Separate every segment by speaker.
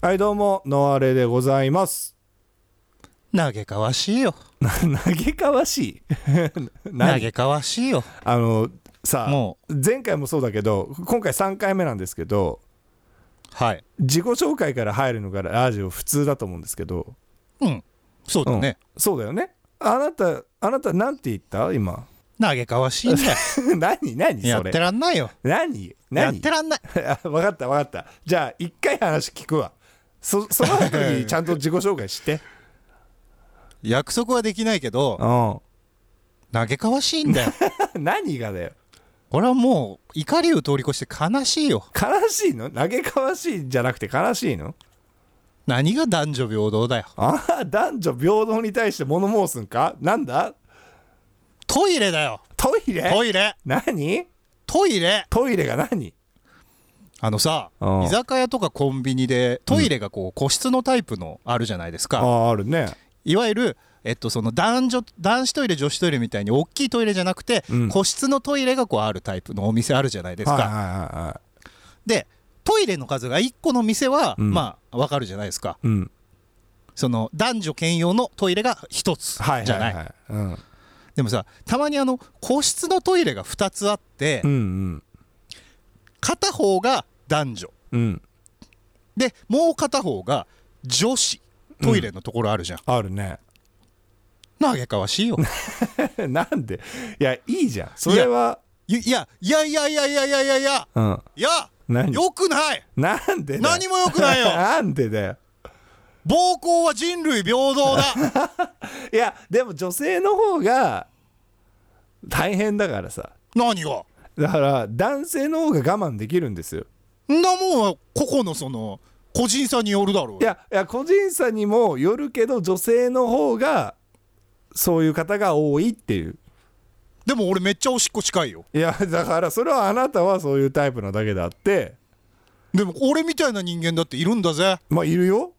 Speaker 1: はいどうもノアレでございます
Speaker 2: 投げかわしいよ
Speaker 1: な投げかわしい
Speaker 2: 投
Speaker 1: 何
Speaker 2: げかわしいよ
Speaker 1: あのさあ
Speaker 2: も
Speaker 1: 前回もそうだけど今回3回目なんですけど
Speaker 2: はい
Speaker 1: 自己紹介から入るのがラジオ普通だと思うんですけど
Speaker 2: うんそうだね、
Speaker 1: そうだよねあなたあなたなんて言った今
Speaker 2: 投げかわしいんだよ
Speaker 1: 何何
Speaker 2: や
Speaker 1: そ
Speaker 2: っ
Speaker 1: れ
Speaker 2: てらんないよ
Speaker 1: 何
Speaker 2: やっ
Speaker 1: 何
Speaker 2: てらんない
Speaker 1: あ分かった分かったじゃあ一回話聞くわそその後にちゃんと自己紹介して
Speaker 2: 約束はできないけど
Speaker 1: うん
Speaker 2: 投げかわしいんだよ
Speaker 1: 何がだよ
Speaker 2: 俺はもう怒りを通り越して悲しいよ
Speaker 1: 悲しいの嘆かわしいじゃなくて悲しいの
Speaker 2: 何が男女平等だよ
Speaker 1: ああ男女平等に対して物申すんかなんだ
Speaker 2: トイレだよ
Speaker 1: トイレ
Speaker 2: トイレ
Speaker 1: 何
Speaker 2: トイレ
Speaker 1: トイレが何
Speaker 2: あのさ
Speaker 1: うん
Speaker 2: 居酒屋とかコンビニでトイレがこう個室のタイプのあるじゃないです
Speaker 1: あ
Speaker 2: か、
Speaker 1: ああるね
Speaker 2: いわゆる、えっと、その男女男子トイレ女子トイレみたいに大きいトイレじゃなくて、
Speaker 1: うん
Speaker 2: 個室のトイレがこうあるタイプのお店あるじゃないですか、
Speaker 1: はいはいはいは
Speaker 2: でトイレの数が1個の店は、
Speaker 1: うん
Speaker 2: まあわかるじゃないですか
Speaker 1: いうん
Speaker 2: その男女兼用のトイレが1つじゃな
Speaker 1: はい
Speaker 2: い,、
Speaker 1: はいはいうん
Speaker 2: でもさたまにあの個室のトイレが2つあって、
Speaker 1: うんうん
Speaker 2: 片方が男女
Speaker 1: うん
Speaker 2: でもう片方が女子トイレのところあるじゃん、
Speaker 1: あるね
Speaker 2: 嘆かわしいよ
Speaker 1: なんでいやいいじゃんそれはい
Speaker 2: やいやいやいやいやいやいやいや
Speaker 1: うん
Speaker 2: いや
Speaker 1: 何
Speaker 2: よくない
Speaker 1: なんでだよ
Speaker 2: 何も良くないよ
Speaker 1: なんでだよ
Speaker 2: 暴行は人類平 等だ
Speaker 1: いやでも女性の方が大変だからさ
Speaker 2: 何が
Speaker 1: だから男性の方が我慢できるんですよ
Speaker 2: んなもんは個々のその個人差によるだろう
Speaker 1: いやいや個人差にもよるけど女性の方がそういう方が多いっていう
Speaker 2: でも俺めっちゃおしっこ近いよ
Speaker 1: いやだからそれはあなたはそういうタイプなだけであって
Speaker 2: でも俺みたいな人間だっているんだぜ
Speaker 1: まあいるよ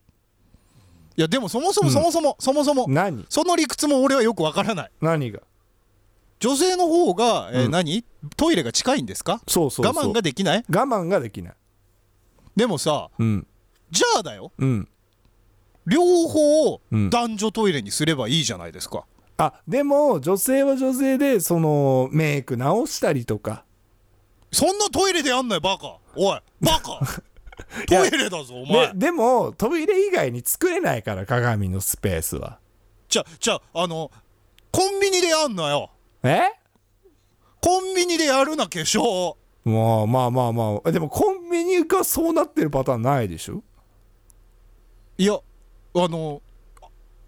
Speaker 2: いやでもそもそも
Speaker 1: うん
Speaker 2: そもそも、そもそも
Speaker 1: 何
Speaker 2: その理屈も俺はよくわからない
Speaker 1: 何が
Speaker 2: 女性の方が、えー
Speaker 1: うん
Speaker 2: 何トイレが近いんですか
Speaker 1: そうそうそう
Speaker 2: 我慢ができない
Speaker 1: 我慢ができない
Speaker 2: でもさ
Speaker 1: うん
Speaker 2: じゃあだよ
Speaker 1: うん
Speaker 2: 両方を
Speaker 1: うん
Speaker 2: 男女トイレにすればいいじゃないですか、
Speaker 1: あでも女性は女性でそのメイク直したりとか
Speaker 2: そんなトイレでやんないバカおい バカ
Speaker 1: いや
Speaker 2: トイレだぞお前
Speaker 1: ででもトイレ以外に作れないから鏡のスペースは
Speaker 2: じゃじゃあのコンビニでやんなよ
Speaker 1: え
Speaker 2: コンビニでやるな化粧
Speaker 1: まあまあまあまあでもコンビニがそうなってるパターンないでしょ
Speaker 2: いやあの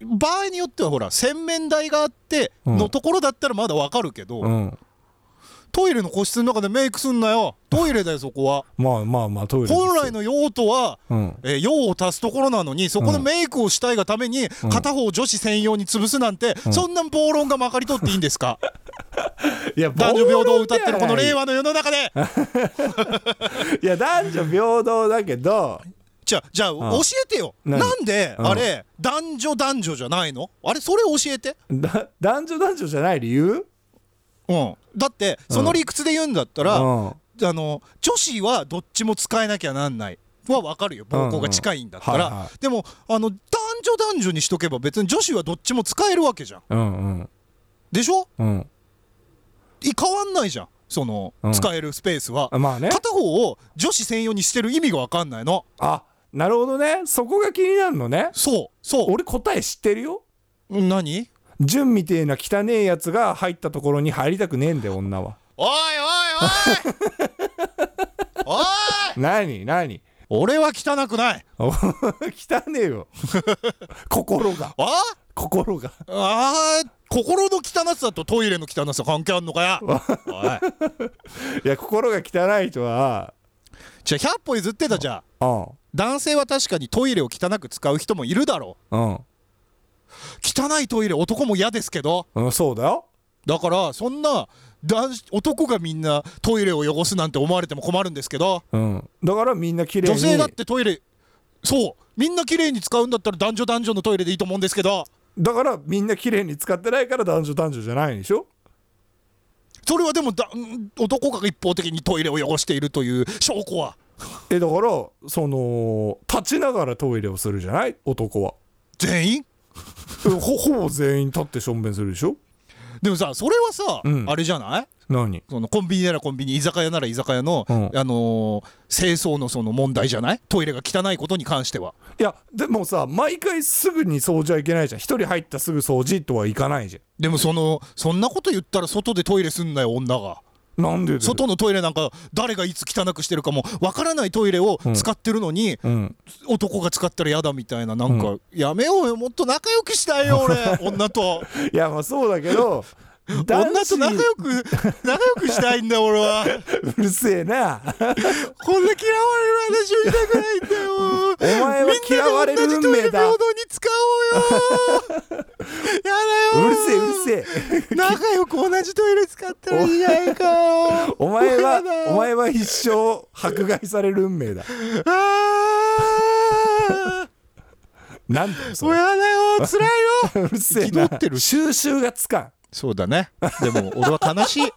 Speaker 2: 場合によってはほら洗面台があって
Speaker 1: うん
Speaker 2: のところだったらまだわかるけど、
Speaker 1: うん
Speaker 2: トイレの個室の中でメイクすんなよトイレだよそこは
Speaker 1: まあまあまあトイレですよ
Speaker 2: 本来の用途は、
Speaker 1: うん
Speaker 2: えー用を足すところなのにそこでメイクをしたいがために
Speaker 1: ん
Speaker 2: 片方女子専用に潰すなんて、そんな暴論がまかり通っていいんで すか
Speaker 1: いや
Speaker 2: 男女平等を歌ってるこの令
Speaker 1: 和
Speaker 2: 和の世の中で
Speaker 1: いや男女平等だけど
Speaker 2: じゃあじゃあ教えてよ
Speaker 1: 何
Speaker 2: なんで
Speaker 1: うん
Speaker 2: あれ男女男女じゃないのあれそれ教えて
Speaker 1: だ男女男女じゃない理由
Speaker 2: うんだってその理屈で言うんだったらあ
Speaker 1: うん
Speaker 2: の女子はどっちも使えなきゃなんないは分かるよ膀胱が近いんだった
Speaker 1: うんうんはい
Speaker 2: ら
Speaker 1: は
Speaker 2: でもあの男女男女にしとけば別に女子はどっちも使えるわけじゃん
Speaker 1: うんうん
Speaker 2: でしょ
Speaker 1: うん
Speaker 2: い変わんないじゃんその
Speaker 1: うん
Speaker 2: 使えるスペースは
Speaker 1: あまあね
Speaker 2: 片方を女子専用にしてる意味が分かんないの
Speaker 1: あなるほどねそこが気になるのね
Speaker 2: そうそ
Speaker 1: 俺答え知ってるよ
Speaker 2: う何
Speaker 1: 純みてえな汚えやつが入ったところに入りたくねえんだよ女は
Speaker 2: おいおい おいおい
Speaker 1: 何何
Speaker 2: 俺は汚くない
Speaker 1: お汚ねえよ 心が
Speaker 2: あ
Speaker 1: 心が
Speaker 2: あー心の汚さとトイレの汚さ関係あんのかやおい
Speaker 1: いや心が汚い人は
Speaker 2: じゃあ100歩譲ってたじゃあ
Speaker 1: うん
Speaker 2: 男性は確かにトイレを汚く使う人もいるだろう
Speaker 1: うん、
Speaker 2: 汚いトイレ男も嫌ですけど
Speaker 1: うん、そうだよ
Speaker 2: だからそんな男子男がみんなトイレを汚すなんて思われても困るんですけど
Speaker 1: うん、だからみんな綺麗に
Speaker 2: 女性だってトイレそうみんな綺麗に使うんだったら男女男女のトイレでいいと思うんですけど
Speaker 1: だからみんな綺麗に使ってないから男女男女じゃないでしょ
Speaker 2: それはでもだん男が一方的にトイレを汚しているという証拠は
Speaker 1: えだからその立ちながらトイレをするじゃない男は
Speaker 2: 全員
Speaker 1: えほほぼ全員立ってしょんべんするでしょ
Speaker 2: でもさそれはさ、
Speaker 1: うん
Speaker 2: あれじゃない
Speaker 1: 何
Speaker 2: そのコンビニならコンビニ居酒屋なら居酒屋の、
Speaker 1: うん
Speaker 2: あのー清掃のその問題じゃないトイレが汚いことに関してはい
Speaker 1: やでもさ毎回すぐに掃除はいけないじゃん一人入ったすぐ掃除とはいかないじ
Speaker 2: でもそのそんなこと言ったら外でトイレすんなよ女が
Speaker 1: ゃんなんでだよ
Speaker 2: 外のトイレなんか誰がいつ汚くしてるかもわからないトイレを使ってるのに、
Speaker 1: うん
Speaker 2: 男が使ったら嫌だみたいななんか、やめようよもっと仲良くしたいよ俺女と
Speaker 1: いやまあそうだけ ど
Speaker 2: 女 と仲
Speaker 1: 男子
Speaker 2: 良く 仲良くしたいんだ俺は
Speaker 1: うるせえな
Speaker 2: こんな嫌われる話をしたくないんだよ
Speaker 1: お前は嫌われる運命だう
Speaker 2: 平等に使おうよやだよ
Speaker 1: るせえうるせえ
Speaker 2: せえ仲良く同じトイレ使ったらいいじゃないかよ
Speaker 1: お前
Speaker 2: や
Speaker 1: は
Speaker 2: だ
Speaker 1: お前は一生迫害される運命だ
Speaker 2: あ
Speaker 1: なんだよ
Speaker 2: ー
Speaker 1: そ
Speaker 2: もう
Speaker 1: れ
Speaker 2: やだよ辛い
Speaker 1: う
Speaker 2: よ
Speaker 1: るせえ
Speaker 2: 憤
Speaker 1: な
Speaker 2: ってる
Speaker 1: 収集がつかん
Speaker 2: そうだねでも俺は悲しい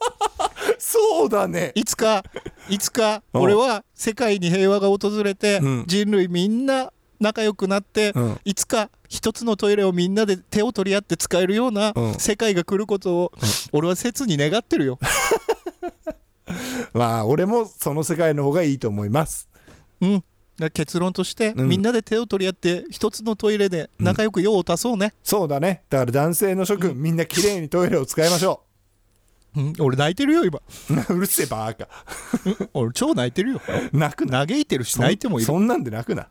Speaker 1: そうだね
Speaker 2: いつかいつか
Speaker 1: うん
Speaker 2: 俺は世界に平和が訪れて、
Speaker 1: うん
Speaker 2: 人類みんな仲良くなって、
Speaker 1: うん
Speaker 2: いつか一つのトイレをみんなで手を取り合って使えるような
Speaker 1: うん
Speaker 2: 世界が来ることを、俺は切に願ってるよ。
Speaker 1: まあ俺もその世界の方がいいと思います
Speaker 2: うん、だから結論として、
Speaker 1: うん
Speaker 2: みんなで手を取り合って一つのトイレで仲良く用を足そうね、
Speaker 1: そうだねだから男性の諸君、みんな綺麗にトイレを使いましょ
Speaker 2: うん、俺泣いてるよ今
Speaker 1: う うるせえバーカ
Speaker 2: 俺超泣いてるよ
Speaker 1: 泣くな
Speaker 2: 嘆いてるし泣いてもいる
Speaker 1: そんそんなんで泣くな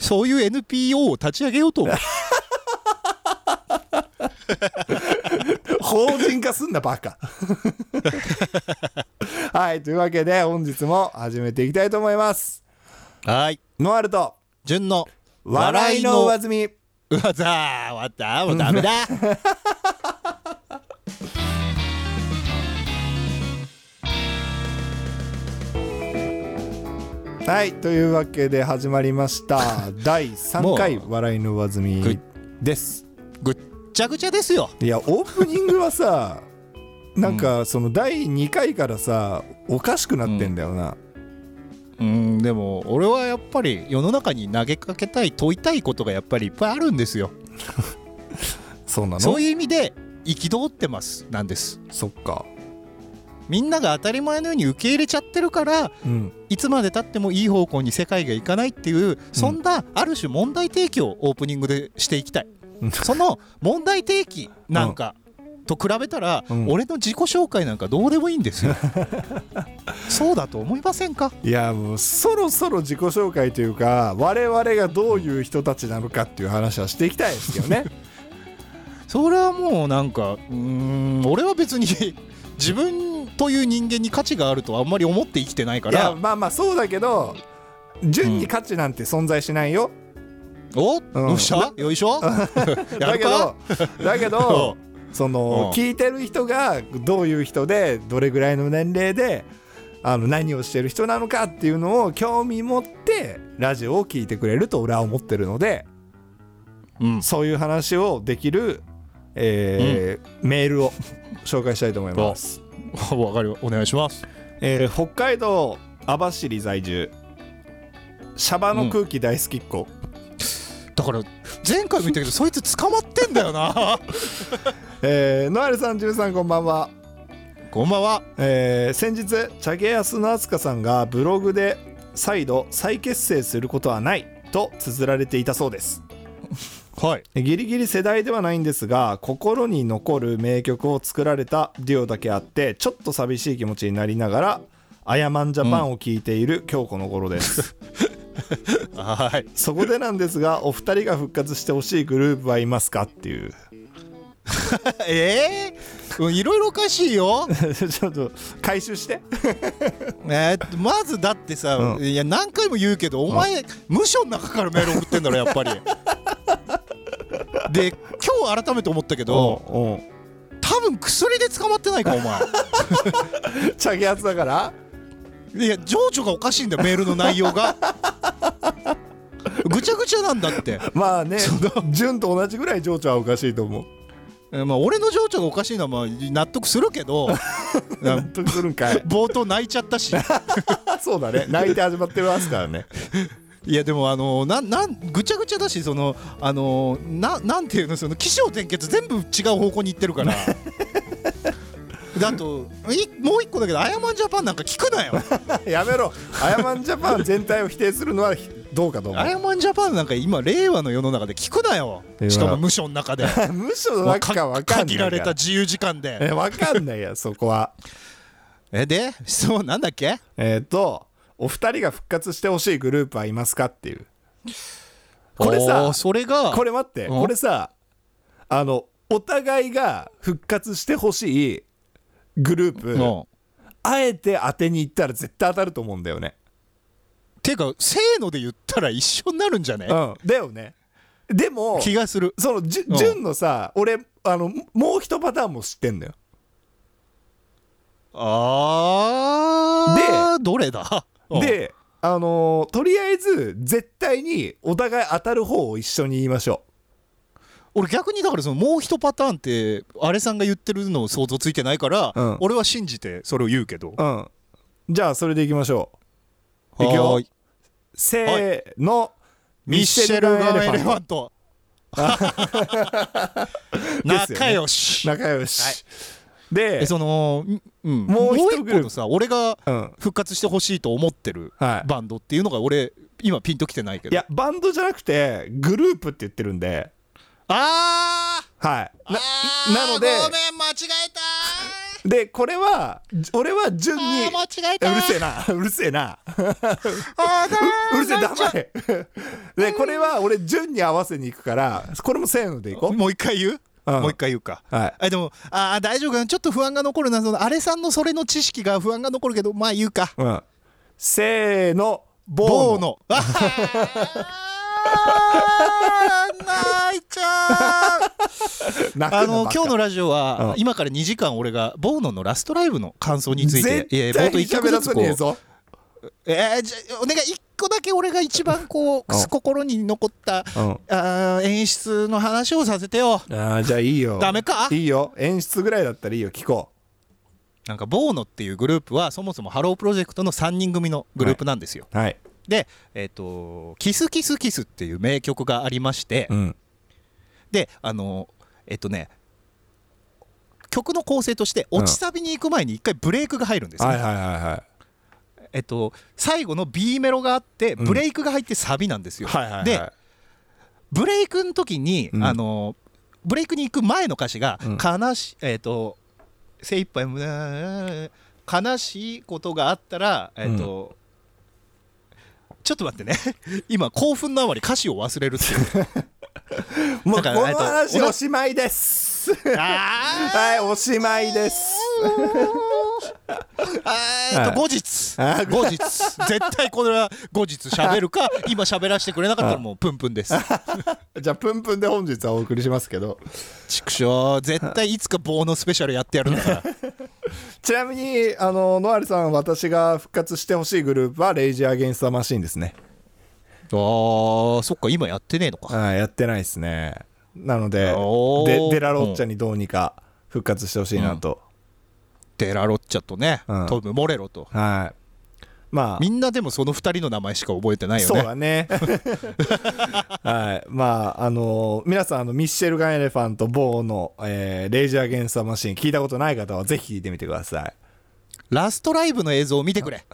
Speaker 2: そういう NPO を立ち上げよ うと思う
Speaker 1: 法人化すんなバ カはいというわけで本日も始めていきたいと思います
Speaker 2: はーい
Speaker 1: ノアルと
Speaker 2: 順の
Speaker 1: 笑いの上積み
Speaker 2: うわざあ終わったもうダメだ
Speaker 1: はいというわけで始まりました 第3回
Speaker 2: も
Speaker 1: 笑いの上積
Speaker 2: ぐ
Speaker 1: み
Speaker 2: っ
Speaker 1: です
Speaker 2: ぐっちゃぐちゃですよ
Speaker 1: いやオープニングはさなんかその第2回からさおかしくなってんだよな、
Speaker 2: うんでも俺はやっぱり世の中に投げかけたい問いたいことがやっぱりいっぱいあるんですよ
Speaker 1: そうなの
Speaker 2: そういう意味で憤ってますなんです
Speaker 1: そっか
Speaker 2: みんなが当たり前のように受け入れちゃってるから
Speaker 1: うん
Speaker 2: いつまでたってもいい方向に世界がいかないっていうそんなある種問題提起をオープニングでしていきたい、
Speaker 1: うん
Speaker 2: その問題提起なんかと比べたら、
Speaker 1: うん
Speaker 2: 俺の自己紹介なんかどうでもいいんです よそうだと思いませんか
Speaker 1: いやもうそろそろ自己紹介というか我々がどういう人たちなのかっていう話はしていきたいですよね
Speaker 2: それはもうなんかうーん俺は別に 自分という人間に価値があるとはあんまり思って生きてないか
Speaker 1: いや
Speaker 2: ら
Speaker 1: まあまあそうだけど順に価値なんて存在しないよ、
Speaker 2: お、
Speaker 1: ん
Speaker 2: よっしゃよいし ょや
Speaker 1: だ
Speaker 2: る
Speaker 1: け
Speaker 2: か
Speaker 1: ど だ けどその
Speaker 2: うん
Speaker 1: 聞いてる人がどういう人でどれぐらいの年齢であの何をしてる人なのかっていうのを興味持ってラジオを聞いてくれると俺は思ってるので
Speaker 2: うん
Speaker 1: そういう話をできる、えーメールを 紹介したいと思います。
Speaker 2: わかるよお願いします
Speaker 1: えー北海道網走在住シャバの空気大好きっ子、
Speaker 2: だから前回も言ったけどそいつ捕まってんだ よな
Speaker 1: えーノアルさん13こんばんは、
Speaker 2: こんばんは
Speaker 1: えー先日チャゲヤスのあつかさんがブログで再度再結成することはないと綴られていたそうです
Speaker 2: はい
Speaker 1: ギリギリ世代ではないんですが心に残る名曲を作られたデュオだけあってちょっと寂しい気持ちになりながら「アヤマンジャパン」を聴いている今日この頃です
Speaker 2: はい
Speaker 1: そこでなんですがお二人が復活してほしいグループはいますかっていう
Speaker 2: えーうん、いろいろおかしいよ
Speaker 1: ちょっと回収して
Speaker 2: えーまずだってさ、
Speaker 1: うん
Speaker 2: いや何回も言うけどお前、無所の中からメール送ってんだろやっぱりで今日改めて思ったけど、
Speaker 1: おう
Speaker 2: 多分薬で捕まってないかお前
Speaker 1: チャゲアツだから
Speaker 2: いや情緒がおかしいんだよメールの内容がぐちゃぐちゃなんだって
Speaker 1: まあね純と同じぐらい情緒はおかしいと思う
Speaker 2: えーまあ、俺の情緒がおかしいのはまあ納得する けどうん
Speaker 1: 得するんかい
Speaker 2: 冒頭泣いちゃったし
Speaker 1: そうだね泣いて始まってますからね
Speaker 2: いやでもあのなんなんぐちゃぐちゃだしそのあのななんていうのその起承転結全部違う方向に行って るからだといもう一個だけど「アヤマンジャパン」なんか聞く なよ
Speaker 1: やめろアヤマンジャパン全体を否定するのはひどうかと思
Speaker 2: アヤマンジャパンなんか今令和の世の中で聞くなよ
Speaker 1: いや
Speaker 2: しかも無償の 中で
Speaker 1: うむしろなんかわかんない
Speaker 2: 限られた自由時間で
Speaker 1: え分かんないやそこは
Speaker 2: えで質問なんだっけ
Speaker 1: えっ、とお二人が復活してほしいグループはいますかっていうこれさ
Speaker 2: おーそれが
Speaker 1: これ待って
Speaker 2: うん
Speaker 1: これさあのお互いが復活してほしいグループ、
Speaker 2: うん
Speaker 1: あえて当てに行ったら絶対当たると思うんだよね
Speaker 2: ていうかせーので言ったら一緒になるんじゃね
Speaker 1: うんだよねでも
Speaker 2: 気がする
Speaker 1: そのじゅ
Speaker 2: うん
Speaker 1: 純のさ俺あのもう一パターンも知ってんだよ
Speaker 2: あーどれだ
Speaker 1: であのーとりあえず絶対にお互い当たる方を一緒に言いましょ
Speaker 2: うん俺逆にだからそのもう一パターンってアレさんが言ってるのを想像ついてないから、
Speaker 1: うん
Speaker 2: 俺は信じてそれを言うけど
Speaker 1: ううんじゃあそれでいきましょういくよ
Speaker 2: はーい
Speaker 1: せーの、
Speaker 2: ミッシェルガン・エレファント
Speaker 1: ですよね
Speaker 2: 仲良し、
Speaker 1: 仲良し、
Speaker 2: はい
Speaker 1: で
Speaker 2: えその、うん、
Speaker 1: も
Speaker 2: も
Speaker 1: う
Speaker 2: う
Speaker 1: 一
Speaker 2: 一
Speaker 1: グループ
Speaker 2: 個のさ俺が
Speaker 1: うん
Speaker 2: 復活してほしいと思ってる
Speaker 1: はい
Speaker 2: バンドっていうのが俺今ピンときてないけ
Speaker 1: い
Speaker 2: ど
Speaker 1: やバンドじゃなくてグループって言ってるんで
Speaker 2: あー
Speaker 1: はいな
Speaker 2: あー
Speaker 1: なので
Speaker 2: ごめん間違えた
Speaker 1: でこれは俺は順に
Speaker 2: ーあー間違え
Speaker 1: う
Speaker 2: た
Speaker 1: るせえな うるせえな
Speaker 2: あ
Speaker 1: うるせえ黙れ でこれは俺順に合わせに行くからこれもせーのでいこ
Speaker 2: もう一回言う、
Speaker 1: うん
Speaker 2: もう一回言うか
Speaker 1: うはい
Speaker 2: あでもあー大丈夫かなちょっと不安が残るなそのあれさんのそれの知識が不安が残るけどまあ言うか
Speaker 1: うんせーの
Speaker 2: ボ
Speaker 1: ボ
Speaker 2: ー
Speaker 1: ーノ
Speaker 2: ノあ ー泣いちゃう
Speaker 1: 泣くば
Speaker 2: あの
Speaker 1: っか
Speaker 2: 今日のラジオは、
Speaker 1: うん
Speaker 2: 今から2時間俺がボーノのラストライブの感想についていやいや
Speaker 1: 絶対
Speaker 2: 冒頭
Speaker 1: に
Speaker 2: 一曲
Speaker 1: 喋ら
Speaker 2: ずつ
Speaker 1: ず
Speaker 2: こ
Speaker 1: にえ
Speaker 2: う
Speaker 1: ぞ
Speaker 2: えー、じゃお願い一個だけ俺が一番こ
Speaker 1: う
Speaker 2: う
Speaker 1: ん
Speaker 2: 心に残った、
Speaker 1: うん
Speaker 2: あー演出の話をさせてよ
Speaker 1: あーじゃあいいよ
Speaker 2: ダメか
Speaker 1: いいよ演出ぐらいだったらいいよ聞こ
Speaker 2: なんかボーノっていうグループはそもそもハロープロジェクトの3人組のグループなんですよ、
Speaker 1: うはい
Speaker 2: でえっ、と「キスキスキスっていう名曲がありまして、
Speaker 1: うん
Speaker 2: であのえっ、とね曲の構成として落ちサビに行く前に一回ブレイクが入るんですね、
Speaker 1: はいはいはいはい
Speaker 2: えっと、最後の B メロがあって
Speaker 1: うん
Speaker 2: ブレイクが入ってサビなんですよ、
Speaker 1: はいはいはい
Speaker 2: でブレイクの時に、
Speaker 1: うん
Speaker 2: あのブレイクに行く前の歌詞が「
Speaker 1: うん
Speaker 2: 悲しい」えっ、と「精一杯無駄悲しいことがあったら」えっ、と、ちょっと待ってね 今興奮のあまり歌詞を忘れるって いう
Speaker 1: もう
Speaker 2: だ
Speaker 1: この
Speaker 2: からえっと
Speaker 1: 話
Speaker 2: 俺
Speaker 1: おしまいです
Speaker 2: あ
Speaker 1: はいおしまいです
Speaker 2: ーあーえっと後日
Speaker 1: あー
Speaker 2: 後日絶対これは後日喋る か今喋らせてくれなかったらもうプンプンです
Speaker 1: じゃあプンプンで本日はお送りしますけど
Speaker 2: 畜生絶対いつか棒のスペシャルやってやるんだから
Speaker 1: ちなみにあのノアルさん私が復活してほしいグループはレイジー・アゲンスト・マシーンですね
Speaker 2: あーそっか今やってねえのか
Speaker 1: はいやってないですねなので
Speaker 2: おー
Speaker 1: でデラロッチャにどうにか復活してほしいなと、
Speaker 2: デラロッチャとね、
Speaker 1: うん
Speaker 2: トム・モレロと
Speaker 1: はいまあ
Speaker 2: みんなでもその2人の名前しか覚えてないよ
Speaker 1: そう
Speaker 2: ね
Speaker 1: だねはいまああの皆さんあのミッシェル・ガン・エレファント・ボーの、えーレイジー・アゲンスト・マシーン聞いたことない方はぜひ聞いてみてください
Speaker 2: ラストライブの映像を見てくれ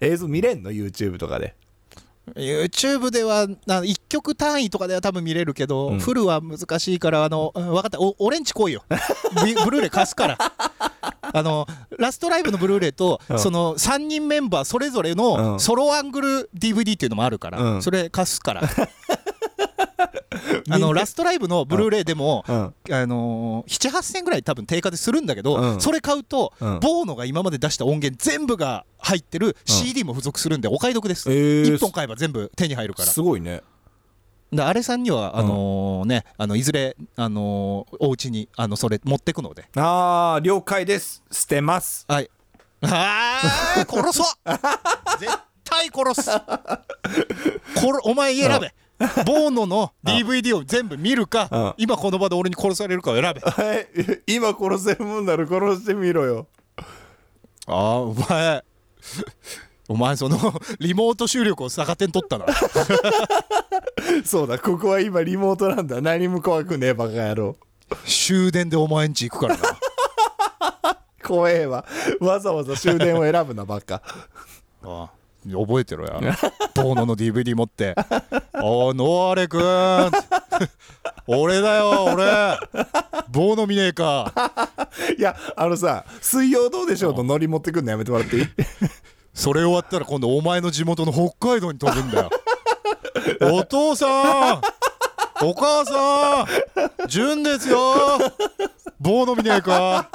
Speaker 1: 映像見れんの YouTube とかで
Speaker 2: YouTube では1曲単位とかでは多分見れるけど、
Speaker 1: ん
Speaker 2: フルは難しいからあのうん分かったお俺んち来いよビブルーレイ貸すから あのラストライブのブルーレイと、
Speaker 1: うん
Speaker 2: その3人メンバーそれぞれ
Speaker 1: うん
Speaker 2: のソロアングル DVD っていうのもあるから、
Speaker 1: うん
Speaker 2: それ貸すから あのラストライブのブルーレイでも、
Speaker 1: うん
Speaker 2: あのー、78000ぐらい多分定価でするんだけど、
Speaker 1: うん
Speaker 2: それ買うと、
Speaker 1: うん
Speaker 2: ボーノが今まで出した音源全部が入ってる CD も付属するんでお買い得です、
Speaker 1: えー
Speaker 2: 1本買えば全部手に入るから
Speaker 1: すごいね
Speaker 2: であれさんにはあのーねあのいずれ、あのーお家にあのそれ持ってくので
Speaker 1: ああ了解です捨てます
Speaker 2: はいあー 殺そう絶対殺すこれお前家選べボーノの DVD を全部見るか
Speaker 1: あ
Speaker 2: 今この場で俺に殺されるかを選べあ
Speaker 1: え 今殺せるもんなら殺してみろよ
Speaker 2: あお前お前そのリモート収録を逆手に取ったな
Speaker 1: そうだここは今リモートなんだ何も怖くねえバカ野郎
Speaker 2: 終電でお前んち行くからな
Speaker 1: 怖えわわざわざ終電を選ぶなばっか
Speaker 2: ああ覚えて ろやボーノの DVD 持って「おおノアレくん」 俺だよ俺ボーノ見ねえか
Speaker 1: いやあのさ「水曜どうでしょう」とノリ持ってくんのやめてもらっていい
Speaker 2: それ終わったら今度お前の地元の北海道に飛ぶんだよ お父さんお母さん純ですよ棒飲みねえか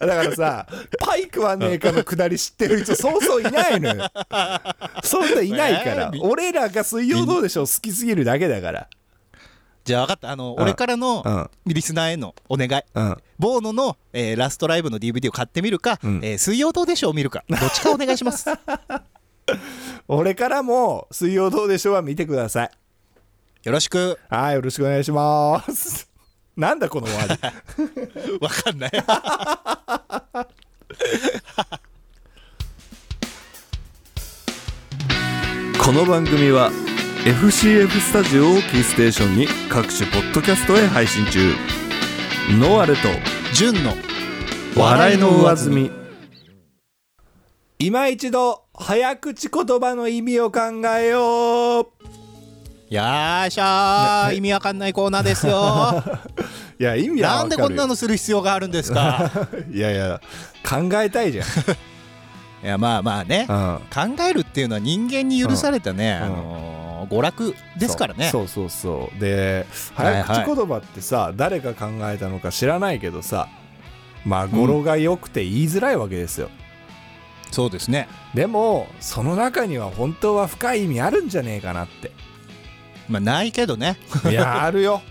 Speaker 1: だからさ「パイクはねえか」のくだり知ってる人そうそういないのよそんないないから、
Speaker 2: えー
Speaker 1: 俺らが「水曜どうでしょう」好きすぎるだけだから
Speaker 2: じゃあ分かったあの俺からのリスナーへのお願い
Speaker 1: うん
Speaker 2: ボーノの、えーラストライブの DVD を買ってみるか、
Speaker 1: ん
Speaker 2: えー水曜どうでしょうを見るかどっちかお願いしますよ
Speaker 1: 俺からも「水曜どうでしょう」は見てください
Speaker 2: ろしく
Speaker 1: はいよろしくお願いします なんだこの終わり
Speaker 2: 分かんない
Speaker 3: この番組は FCF スタジオをキーステーションに各種ポッドキャストへ配信中ノアレと
Speaker 2: 純の
Speaker 3: 笑いの上積み
Speaker 1: 今一度早口言葉の意味を考えよう
Speaker 2: やーしゃー意味わかんないコーナ ーですよ
Speaker 1: いや意味は
Speaker 2: なんでこんな
Speaker 1: の
Speaker 2: のする必要があるんで すか
Speaker 1: いやいや考えたいじ
Speaker 2: いやまあまあね
Speaker 1: ゃん、うん、
Speaker 2: 考えるっていうのは人間に許されたね、
Speaker 1: うん
Speaker 2: あのー娯楽ですからね
Speaker 1: そうそうそうそうで
Speaker 2: はいはい
Speaker 1: 早口言葉ってさ、誰が考えたのか知らないけどさまあ語呂が良くて言いづらいわけですよ、
Speaker 2: そうですね
Speaker 1: でもその中には本当は深い意味あるんじゃねえかなって
Speaker 2: まあないけどね
Speaker 1: いやあるよ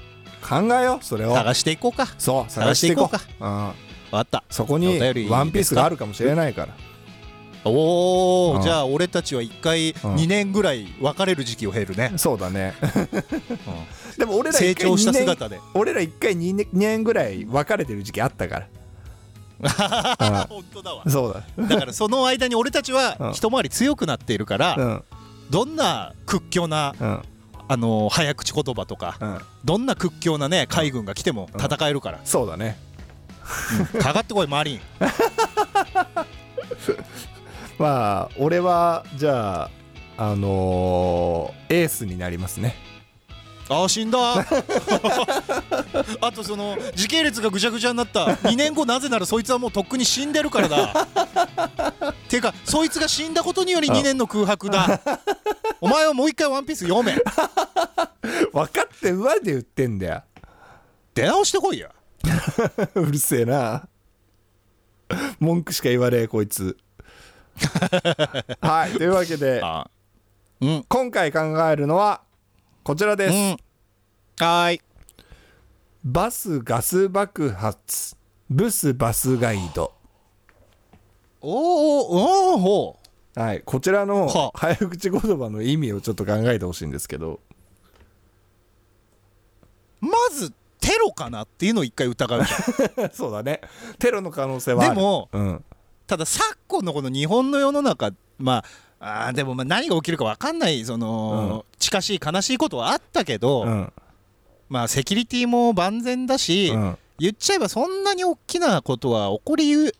Speaker 1: 考えようそれを
Speaker 2: 探していこうか分
Speaker 1: そう探していこう
Speaker 2: 探して
Speaker 1: うん、
Speaker 2: かった
Speaker 1: そこ
Speaker 2: お
Speaker 1: に
Speaker 2: 便りいいですか
Speaker 1: ワンピースがあるかもしれないからう
Speaker 2: おお
Speaker 1: ん
Speaker 2: じゃあ俺たちは一回
Speaker 1: うん
Speaker 2: 2年ぐらい別れる時期を経るね、
Speaker 1: そうだね
Speaker 2: う
Speaker 1: でも俺
Speaker 2: ん
Speaker 1: ら一
Speaker 2: 成
Speaker 1: 回
Speaker 2: 長した
Speaker 1: 二年
Speaker 2: 姿で
Speaker 1: 俺ら一回 2, 年二年ぐらい別れてる時期あったか ら、
Speaker 2: 本当だわ
Speaker 1: うん、そうだ
Speaker 2: だからその間に俺たち
Speaker 1: う
Speaker 2: は
Speaker 1: ん
Speaker 2: 一回り強くなっているか
Speaker 1: う
Speaker 2: ら
Speaker 1: ん
Speaker 2: どんな屈強な、
Speaker 1: うん
Speaker 2: あのー早口言葉とか
Speaker 1: うん
Speaker 2: どんな屈強なね海軍が来ても戦えるから、
Speaker 1: そうだね
Speaker 2: かかってこいマリン
Speaker 1: まあ俺はじゃああのーエースになりますね
Speaker 2: ああ死んだ あとその時系列がぐちゃぐちゃになった2年後なぜならそいつはもうとっくに死んでるからだてかそいつが死んだことにより2年の空白だお前はもう一回「ワンピース読め
Speaker 1: 分かって上で言ってんだよ
Speaker 2: 出直してこいよ
Speaker 1: うるせえな文句しか言われえこいつはいというわけで
Speaker 2: あうん
Speaker 1: 今回考えるのはこちら
Speaker 2: う
Speaker 1: です、
Speaker 2: んはーい
Speaker 1: バスガス爆発ブスバスガイド
Speaker 2: おーおーおーほう
Speaker 1: はいこちらの
Speaker 2: は
Speaker 1: 早口言葉の意味をちょっと考えてほしいんですけど
Speaker 2: まずテロかなっていうのを一 回疑うじ
Speaker 1: そうだねテロの可能性はあ
Speaker 2: ゃ
Speaker 1: る
Speaker 2: んでも
Speaker 1: うん
Speaker 2: ただ昨今のこの日本の世の中まああーでもまあ何が起きるか分かんないその、近しい悲しいことはあったけど、
Speaker 1: うん
Speaker 2: まあセキュリティも万全だし、
Speaker 1: うん
Speaker 2: 言っちゃえばそんなに大きなことは起こりう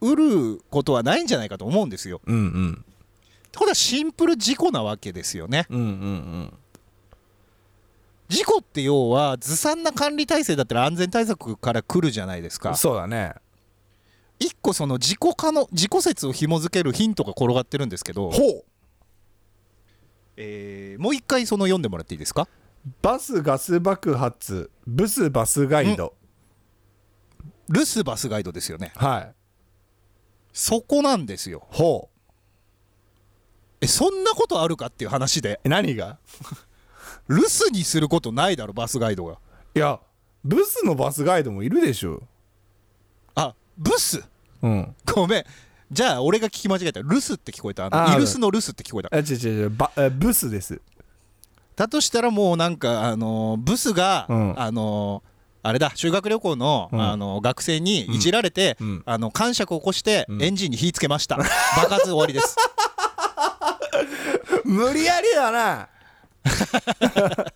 Speaker 2: うることはないんじゃないかと思うんですよ。
Speaker 1: うんうん
Speaker 2: ってことはシンプル事故なわけですよね。
Speaker 1: うんうん
Speaker 2: 事故って要はずさんな管理体制だったら安全対策から来るじゃないです
Speaker 1: う
Speaker 2: か
Speaker 1: ん。そうだね
Speaker 2: 一個その自己可能自己説を紐付けるヒントが転がってるんですけど、
Speaker 1: ほう
Speaker 2: えーもう一回その読んでもらっていいですか
Speaker 1: バスガス爆発ブスバスガイド
Speaker 2: 留守バスガイドですよね
Speaker 1: はい
Speaker 2: そこなんですよ
Speaker 1: ほう
Speaker 2: えそんなことあるかっていう話で
Speaker 1: え何が
Speaker 2: 留守にすることないだろバスガイドが
Speaker 1: いやブスのバスガイドもいるでしょ
Speaker 2: あブス
Speaker 1: うん
Speaker 2: ごめんじゃあ俺が聞き間違えた留守って聞こえたあの
Speaker 1: あー
Speaker 2: イルスの留守って聞こえた
Speaker 1: あ違う違う違うバえブスです
Speaker 2: だとしたらもうなんかあのブスが、
Speaker 1: うん
Speaker 2: あのあれだ修学旅行の,、
Speaker 1: うん
Speaker 2: あの学生にいじられて、
Speaker 1: うん
Speaker 2: あの感触を起こして、
Speaker 1: うん
Speaker 2: エンジンに火つけました、爆発終わ りです
Speaker 1: 無理やりだ な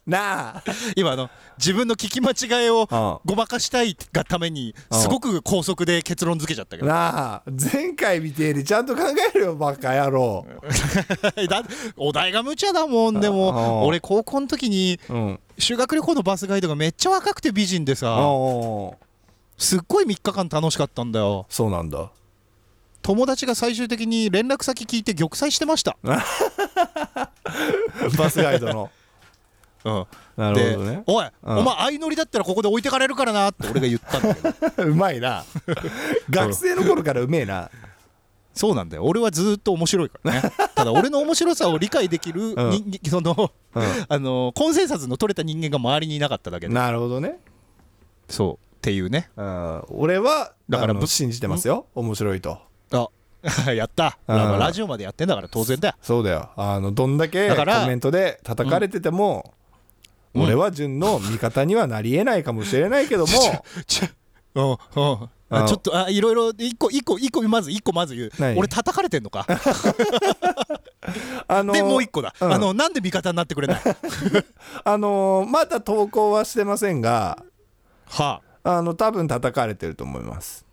Speaker 1: な
Speaker 2: 今あの自分の聞き間違えを
Speaker 1: あ
Speaker 2: ごまかしたいがために
Speaker 1: うん
Speaker 2: すごく高速で結論付けちゃったけど
Speaker 1: なあ前回みてえにちゃんと考えるよバカ野郎
Speaker 2: だお題が無茶だもんで
Speaker 1: ああ
Speaker 2: も俺高校の時に
Speaker 1: うん
Speaker 2: 修学旅行のバスガイドがめっちゃ若くて美人で
Speaker 1: ああ
Speaker 2: さすっごい3日間楽しかったんだよ
Speaker 1: そうなんだ
Speaker 2: 友達が最終的に連絡先聞いて玉砕してました、
Speaker 1: バスガイドのなる
Speaker 2: で、
Speaker 1: ほどね
Speaker 2: おい、
Speaker 1: うん
Speaker 2: お前相乗りだったらここで置いてかれるからなって俺が言ったん だけ ど
Speaker 1: うまいな学生の頃からうめえな
Speaker 2: そうなんだよ俺はずーっと面白 いからねただ俺の面白さを理解できる人間、その
Speaker 1: う
Speaker 2: あのコンセンサスの取れた人間が周りにいなかっただけ
Speaker 1: ん
Speaker 2: で
Speaker 1: なるほどね
Speaker 2: そうっていうね
Speaker 1: うん俺は
Speaker 2: だから
Speaker 1: あの
Speaker 2: ぶ
Speaker 1: 信じてますよ面白いと
Speaker 2: あ やった、
Speaker 1: うん
Speaker 2: まあラジオまでやってんだから当然だよ
Speaker 1: そうだよあのどんだけ
Speaker 2: だ
Speaker 1: コ
Speaker 2: から
Speaker 1: メントで叩かれてても、
Speaker 2: うん
Speaker 1: 俺は純の味方にはなりえないかもしれないけども
Speaker 2: ちょうんうん
Speaker 1: あ
Speaker 2: あちょっとあいろいろ一個一個一個まず一個まず言う
Speaker 1: 何
Speaker 2: 俺叩かれてんの か
Speaker 1: あの
Speaker 2: でもう一個だ、
Speaker 1: うん
Speaker 2: あのなんで味方になってくれない は
Speaker 1: あのまだ投稿はしてませんが
Speaker 2: あ
Speaker 1: あの多分叩かれてると思います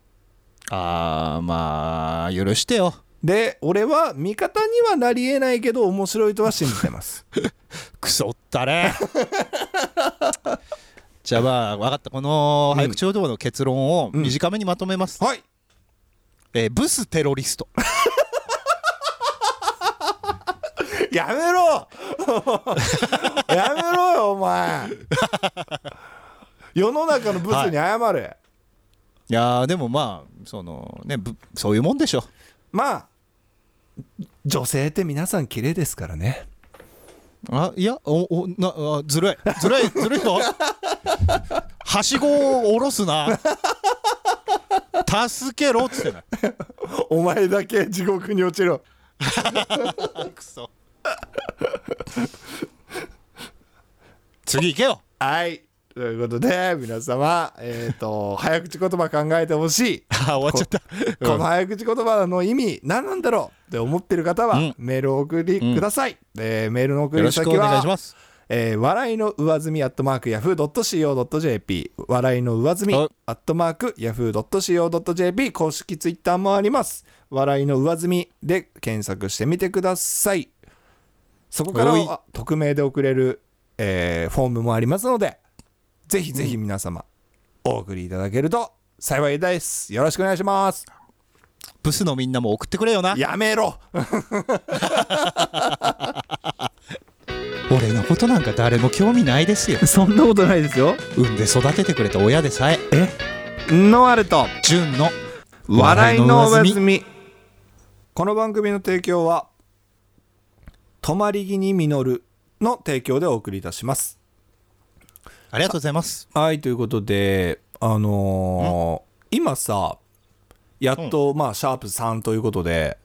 Speaker 2: あーまあ許してよ
Speaker 1: で俺は味方にはなりえないけど面白いとは信じてます
Speaker 2: クソったれ じゃあまあ分かったこの早口言葉の結論を
Speaker 1: ん
Speaker 2: 短めにまとめます、
Speaker 1: はい
Speaker 2: えーブステロリスト
Speaker 1: やめ ろ やめろよお前世の中のブスに謝れ、
Speaker 2: いやーでもまあそのねぶそういうもんでしょ
Speaker 1: まあ女性って皆さん綺麗ですからね
Speaker 2: あいやおおなあずるいずるいずるい ぞはしごを下ろすな助けろっつってない
Speaker 1: お前だけ地獄に落ちろ
Speaker 2: くそ次行けよ
Speaker 1: はいということで皆様えっ、と 早口言葉考えてほし い
Speaker 2: あ終わっちゃった
Speaker 1: この早口言葉の意味何なんだろうって思ってる方は
Speaker 2: うん
Speaker 1: メールを送りください、えーメールの送
Speaker 2: よろ
Speaker 1: り
Speaker 2: し
Speaker 1: 先
Speaker 2: くお願いしま
Speaker 1: は
Speaker 2: す
Speaker 1: えー笑いの上積みアットマークヤフー .co.jp 笑いの上積み
Speaker 2: はい
Speaker 1: アットマークヤフー .co.jp 公式ツイッターもあります笑いの上積みで検索してみてくださいそこから
Speaker 2: はい
Speaker 1: は匿名で送れる、えーフォームもありますのでぜひぜひ皆様お送りいただけると幸いですよろしくお願いします
Speaker 2: ブスのみんなも送ってくれよな
Speaker 1: やめろ
Speaker 2: 俺のことなんか誰も興味ないですよ
Speaker 1: そんなことないですよ
Speaker 2: 産んで育ててくれた親でさえ
Speaker 1: ノアルト
Speaker 2: 純の
Speaker 1: 笑いの上積
Speaker 2: み
Speaker 1: みこの番組の提供は「泊まり木に実る」の提供でお送りいたします
Speaker 2: ありがとうございます
Speaker 1: はいということであのー今さやっと、まあシャープ3ということで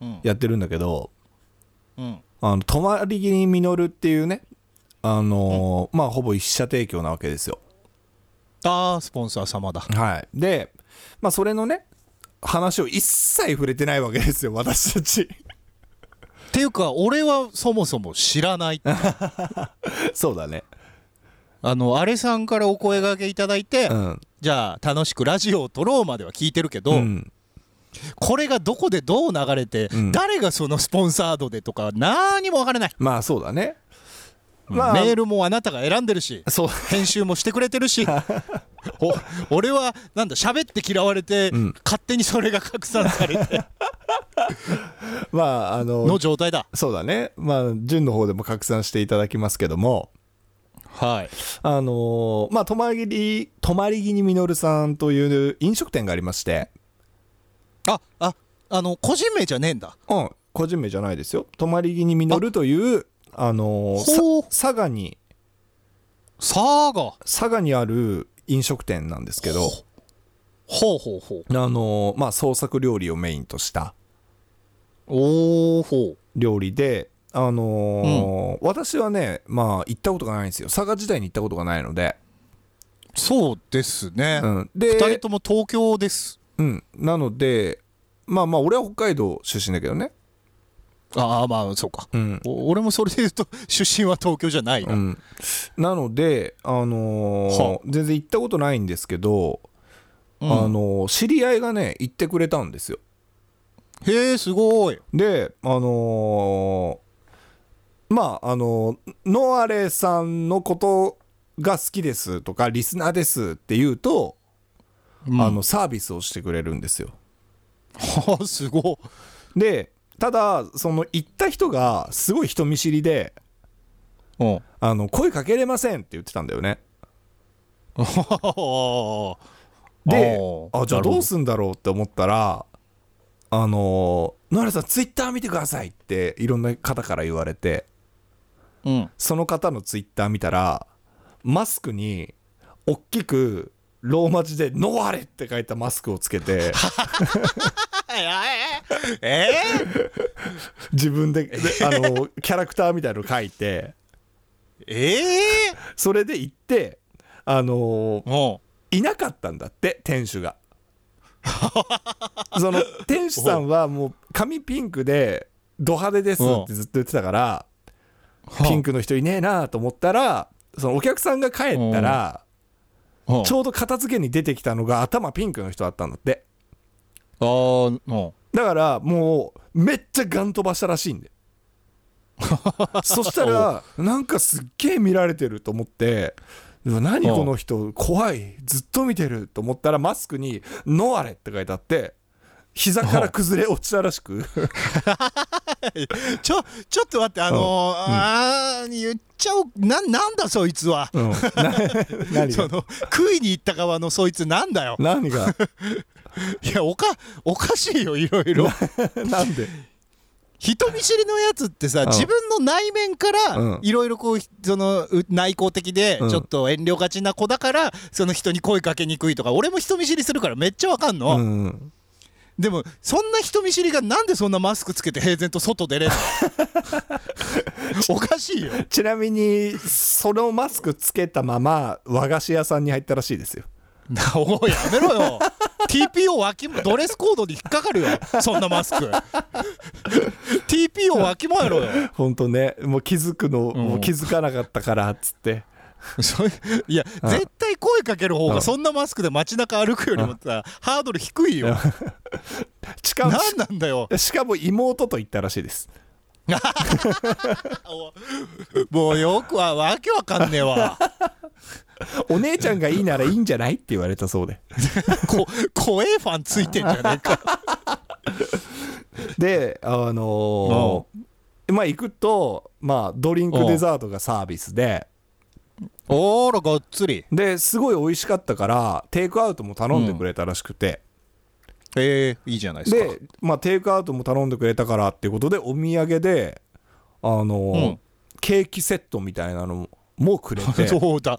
Speaker 2: うん
Speaker 1: やってるんだけど
Speaker 2: うん
Speaker 1: 「あの泊まり木に実る」っていうねあのーまあほぼ一社提供なわけですよ
Speaker 2: あースポンサー様だ
Speaker 1: はいでまあそれのね話を一切触れてないわけですよ私た ち
Speaker 2: っていうか俺はそもそも知らない
Speaker 1: そうだね
Speaker 2: あのあれさんからお声掛けいただいて、
Speaker 1: うん
Speaker 2: じゃあ楽しくラジオを撮ろうまでは聞いてるけど、
Speaker 1: ん
Speaker 2: これがどこでどう流れて、
Speaker 1: ん
Speaker 2: 誰がそのスポンサードでとか何も分からない、
Speaker 1: まあそうだね。まあ、
Speaker 2: メールもあなたが選んでるし
Speaker 1: そう
Speaker 2: 編集もしてくれて るしお俺はなんだ喋って嫌われて、
Speaker 1: ん
Speaker 2: 勝手にそれが拡散され て
Speaker 1: まああの
Speaker 2: の状態だ
Speaker 1: そうだね。まあ純の方でも拡散していただきますけども、
Speaker 2: はい
Speaker 1: あのーまあ泊まり泊まり木にみのるさんという飲食店がありまして、
Speaker 2: あああの個人名じゃねえんだ
Speaker 1: うん個人名じゃないですよ。泊まり木にみのるというあのーさ
Speaker 2: ほう
Speaker 1: 佐賀に
Speaker 2: さあが
Speaker 1: 佐賀にある飲食店なんですけど、
Speaker 2: ほうほうほう
Speaker 1: あのーまあ創作料理をメインとした
Speaker 2: おおほう
Speaker 1: 料理で。あのー私はねまあ行ったことがないんですよ佐賀時代に行ったことがないので、
Speaker 2: そうですね、
Speaker 1: う
Speaker 2: 二
Speaker 1: ん、で
Speaker 2: 2人とも東京です
Speaker 1: うん、なのでまあまあ俺は北海道出身だけどね、
Speaker 2: ああまあそうか
Speaker 1: うん
Speaker 2: お俺もそれで言うと 出身は東京じゃないな、
Speaker 1: うん、なので、あのー
Speaker 2: は
Speaker 1: 全然行ったことないんですけど、
Speaker 2: うん
Speaker 1: あのー知り合いがね行ってくれたんですよ
Speaker 2: へえすごい
Speaker 1: であのーまああのーノアレさんのことが好きですとかリスナーですって言うと、
Speaker 2: うん
Speaker 1: あのサービスをしてくれるんですよ
Speaker 2: はあ すご
Speaker 1: でただその行った人がすごい人見知りで
Speaker 2: い、 うん、
Speaker 1: あの声かけれませんって言ってたんだよねであじゃあどうすんだろうって思ったらあのー野原さんツイッター見てくださいっていろんな方から言われて
Speaker 2: うん
Speaker 1: その方のツイッター見たらマスクに大きくローマ字で「ノアレ」って書いたマスクをつけ て
Speaker 2: え
Speaker 1: 自分でであのーキャラクターみたいの書いて
Speaker 2: ええ
Speaker 1: それで行ってあのー
Speaker 2: えも
Speaker 1: いなかったんだって店主が その店主さんはもう髪ピンクでド派手ですってずっと言ってたから
Speaker 2: う
Speaker 1: ピンクの人いねえなと思ったらそのお客さんが帰ったら
Speaker 2: うん
Speaker 1: ちょうど片付けに出てきたのが頭ピンクの人だったんだって
Speaker 2: あーうん
Speaker 1: だからもうめっちゃガン飛ばしたらしいん でそしたらなんかすっげえ見られてると思ってうわ何
Speaker 2: うん
Speaker 1: この人怖いずっと見てると思ったらマスクに「ノアレ」って書いてあって膝から崩れ落ちたらしく
Speaker 2: ちょちょっと待ってあのーあー言っちゃおうななんだそいつは、
Speaker 1: うんな何が
Speaker 2: その食いに行った側のそいつなんだよ
Speaker 1: 何が
Speaker 2: いやおかおかしいよいろいろ
Speaker 1: なんで
Speaker 2: 人見知りのやつってさ、
Speaker 1: ん
Speaker 2: 自分の内面から、
Speaker 1: うん
Speaker 2: いろいろこうそのう内向的で、
Speaker 1: うん
Speaker 2: ちょっと遠慮がちな子だからその人に声かけにくいとか俺も人見知りするからめっちゃわかんの、
Speaker 1: うん
Speaker 2: でもそんな人見知りがなんでそんなマスクつけて平然と外出れんの おかしいよ
Speaker 1: ちなみにそのマスクつけたまま和菓子屋さんに入ったらしいですよ
Speaker 2: な おいやめろよ TPO 脇もドレスコードに引っかかるよそんなマスク TPO 脇もやろよ
Speaker 1: ほんとねもう気づくの、
Speaker 2: ん
Speaker 1: もう気づかなかったからっつって
Speaker 2: そういや
Speaker 1: ん
Speaker 2: 絶対声かける方
Speaker 1: う
Speaker 2: が
Speaker 1: ん
Speaker 2: そんなマスクで街中歩くよりもさハードル低いよ
Speaker 1: しかも
Speaker 2: 何なんだよ
Speaker 1: しかも妹と行ったらしいです
Speaker 2: もうよくはわけわかんねえわ
Speaker 1: お姉ちゃんがいいならいいんじゃないって言われたそうで
Speaker 2: こ怖えファンついてんじゃねえか
Speaker 1: であのーまあ行くとまあドリンクデザートがサービスで
Speaker 2: おーらがっつり
Speaker 1: ですごい美味しかったからテイクアウトも頼んでくれたらしくて、
Speaker 2: えー、いいじゃないですか
Speaker 1: で、まあ、テイクアウトも頼んでくれたからっていうことでお土産であのー
Speaker 2: うん
Speaker 1: ケーキセットみたいなのもくれて
Speaker 2: そうだ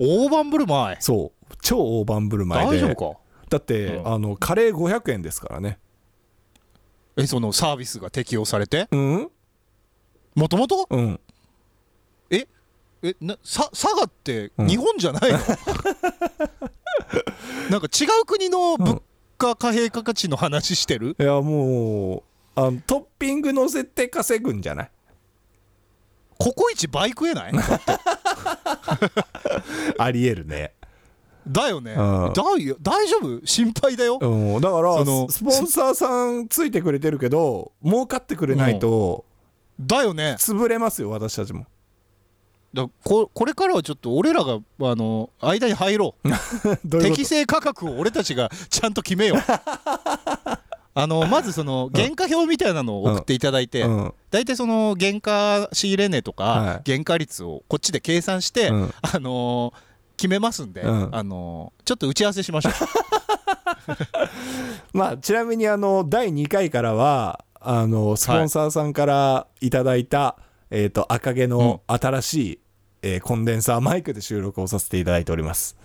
Speaker 2: 大盤振る舞い
Speaker 1: そう超大盤振る舞い
Speaker 2: 大
Speaker 1: で
Speaker 2: 丈夫か
Speaker 1: だって、
Speaker 2: うん
Speaker 1: あのカレー500円ですからね
Speaker 2: えそのサービスが適用されて
Speaker 1: うん
Speaker 2: もともと
Speaker 1: うん
Speaker 2: ええなさ佐賀って
Speaker 1: うん
Speaker 2: 日本じゃな いの、 なんか違う国の物価貨幣価値の話してる
Speaker 1: いやもうあのトッピング乗せて稼ぐんじゃない
Speaker 2: ココイチ倍食 えない
Speaker 1: ありえるね、
Speaker 2: だよね
Speaker 1: うん
Speaker 2: だよ大丈夫心配だよ
Speaker 1: うん、だから
Speaker 2: その
Speaker 1: ススポンサーさんついてくれてるけど儲かってくれないと
Speaker 2: だよね
Speaker 1: 潰れますよ私たち も
Speaker 2: だここれからはちょっと俺らがあの間に入ろう
Speaker 1: どういうこと
Speaker 2: 適正価格を俺たちがちゃんと決 めようあのまずその原価表みたいなのを送っていただいて、
Speaker 1: うん
Speaker 2: 大体その原価仕入れ値とか、
Speaker 1: はい
Speaker 2: 原価率をこっちで計算して、
Speaker 1: うん
Speaker 2: あのー決めますんで、
Speaker 1: うん
Speaker 2: あのーちょっと打ち合わせしましょ
Speaker 1: まあちなみにあの第2回からはあのスポンサーさんからいただいた、えっ、と赤毛の新しい、えーコンデンサーマイクで収録をさせていただいております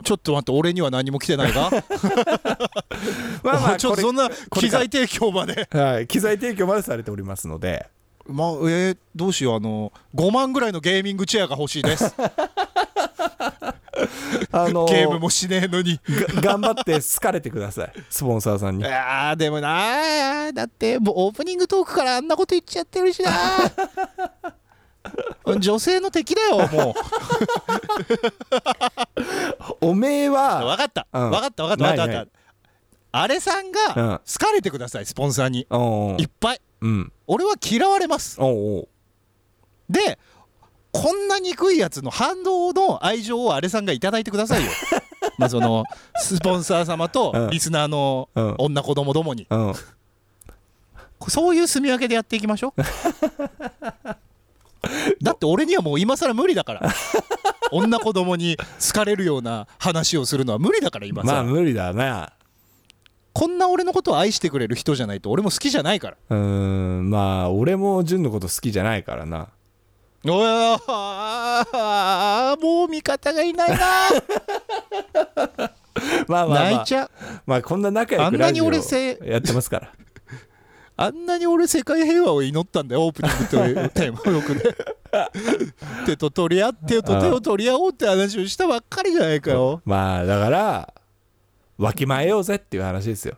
Speaker 2: う ちょっと待って俺には何も来てないが
Speaker 1: まあまあ
Speaker 2: ちょ
Speaker 1: こと
Speaker 2: っ
Speaker 1: れ
Speaker 2: そんな
Speaker 1: れ
Speaker 2: 機材提供まで
Speaker 1: はい、機材提供までされておりますので
Speaker 2: まあえーどうしようあの5万ぐらいのゲーミングチェアが欲しい です
Speaker 1: あの
Speaker 2: ゲームもしねえのに
Speaker 1: が 頑張って好かれてくださいスポンサーさん
Speaker 2: い
Speaker 1: に
Speaker 2: やーでもなーだってもうオープニングトークからあんなこと言っちゃってるしな ー女性の敵だよもう
Speaker 1: おめえは
Speaker 2: 分かった
Speaker 1: うん
Speaker 2: 分かった分かった分かった分
Speaker 1: ない
Speaker 2: か
Speaker 1: な
Speaker 2: っ
Speaker 1: い
Speaker 2: たあれさん
Speaker 1: うん
Speaker 2: が好かれてくださいスポンサーに
Speaker 1: おう
Speaker 2: いっぱい
Speaker 1: うん
Speaker 2: 俺は嫌われます
Speaker 1: おうおう
Speaker 2: でこんな憎いやつの反動の愛情をあれさんがいただいてください よまあそのスポンサー様
Speaker 1: うん
Speaker 2: とリスナーの
Speaker 1: うん
Speaker 2: 女子供どもに
Speaker 1: うん
Speaker 2: そういう住み分けでやっていきましょ うだって俺にはもう今更無理だから女子供に好かれるような話をするのは無理だから今
Speaker 1: ま
Speaker 2: さ、
Speaker 1: あ無理だな
Speaker 2: こんな俺のことを愛してくれる人じゃないと俺も好きじゃないから
Speaker 1: うーんまあ俺も純のこと好きじゃないからな
Speaker 2: おやーもう味方がいない な
Speaker 1: まあまあ、まあ、
Speaker 2: 泣いちゃう
Speaker 1: まあこんな仲良くラジ
Speaker 2: あん
Speaker 1: オ
Speaker 2: なに俺せ
Speaker 1: やってますから
Speaker 2: あんなに俺世界平和を祈ったんだよオープニングというテーマよく ね手と取り合って手と手を取り合おうって話をしたばっかりじゃないかよ
Speaker 1: まあだからわきまえようぜっていう話ですよ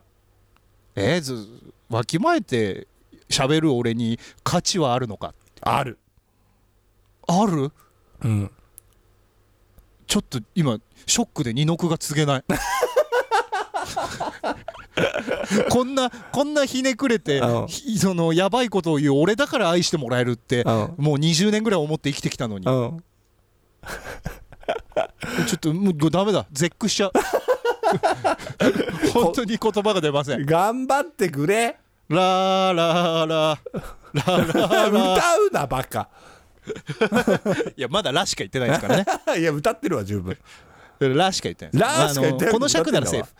Speaker 2: えー、ずわきまえて喋る俺に価値はあるのか
Speaker 1: ある
Speaker 2: ある
Speaker 1: うん
Speaker 2: ちょっと今ショックで二の句が告げない こんなこんなひねくれて
Speaker 1: うん
Speaker 2: ひそのやばいことを言う俺だから愛してもらえるって
Speaker 1: うん
Speaker 2: もう20年ぐらい思って生きてきたのに
Speaker 1: うん
Speaker 2: ちょっともうダメだ絶句しちゃう 本当に言葉が出ません
Speaker 1: 頑張ってくれ
Speaker 2: ラーラーラーラーラーラー
Speaker 1: 歌うなバカ
Speaker 2: いやまだラしか言ってないですからね
Speaker 1: いや歌ってるわ十分
Speaker 2: ラしか言ってないです
Speaker 1: ラしか言ってない
Speaker 2: あのこの尺ならセー
Speaker 1: だっ
Speaker 2: フ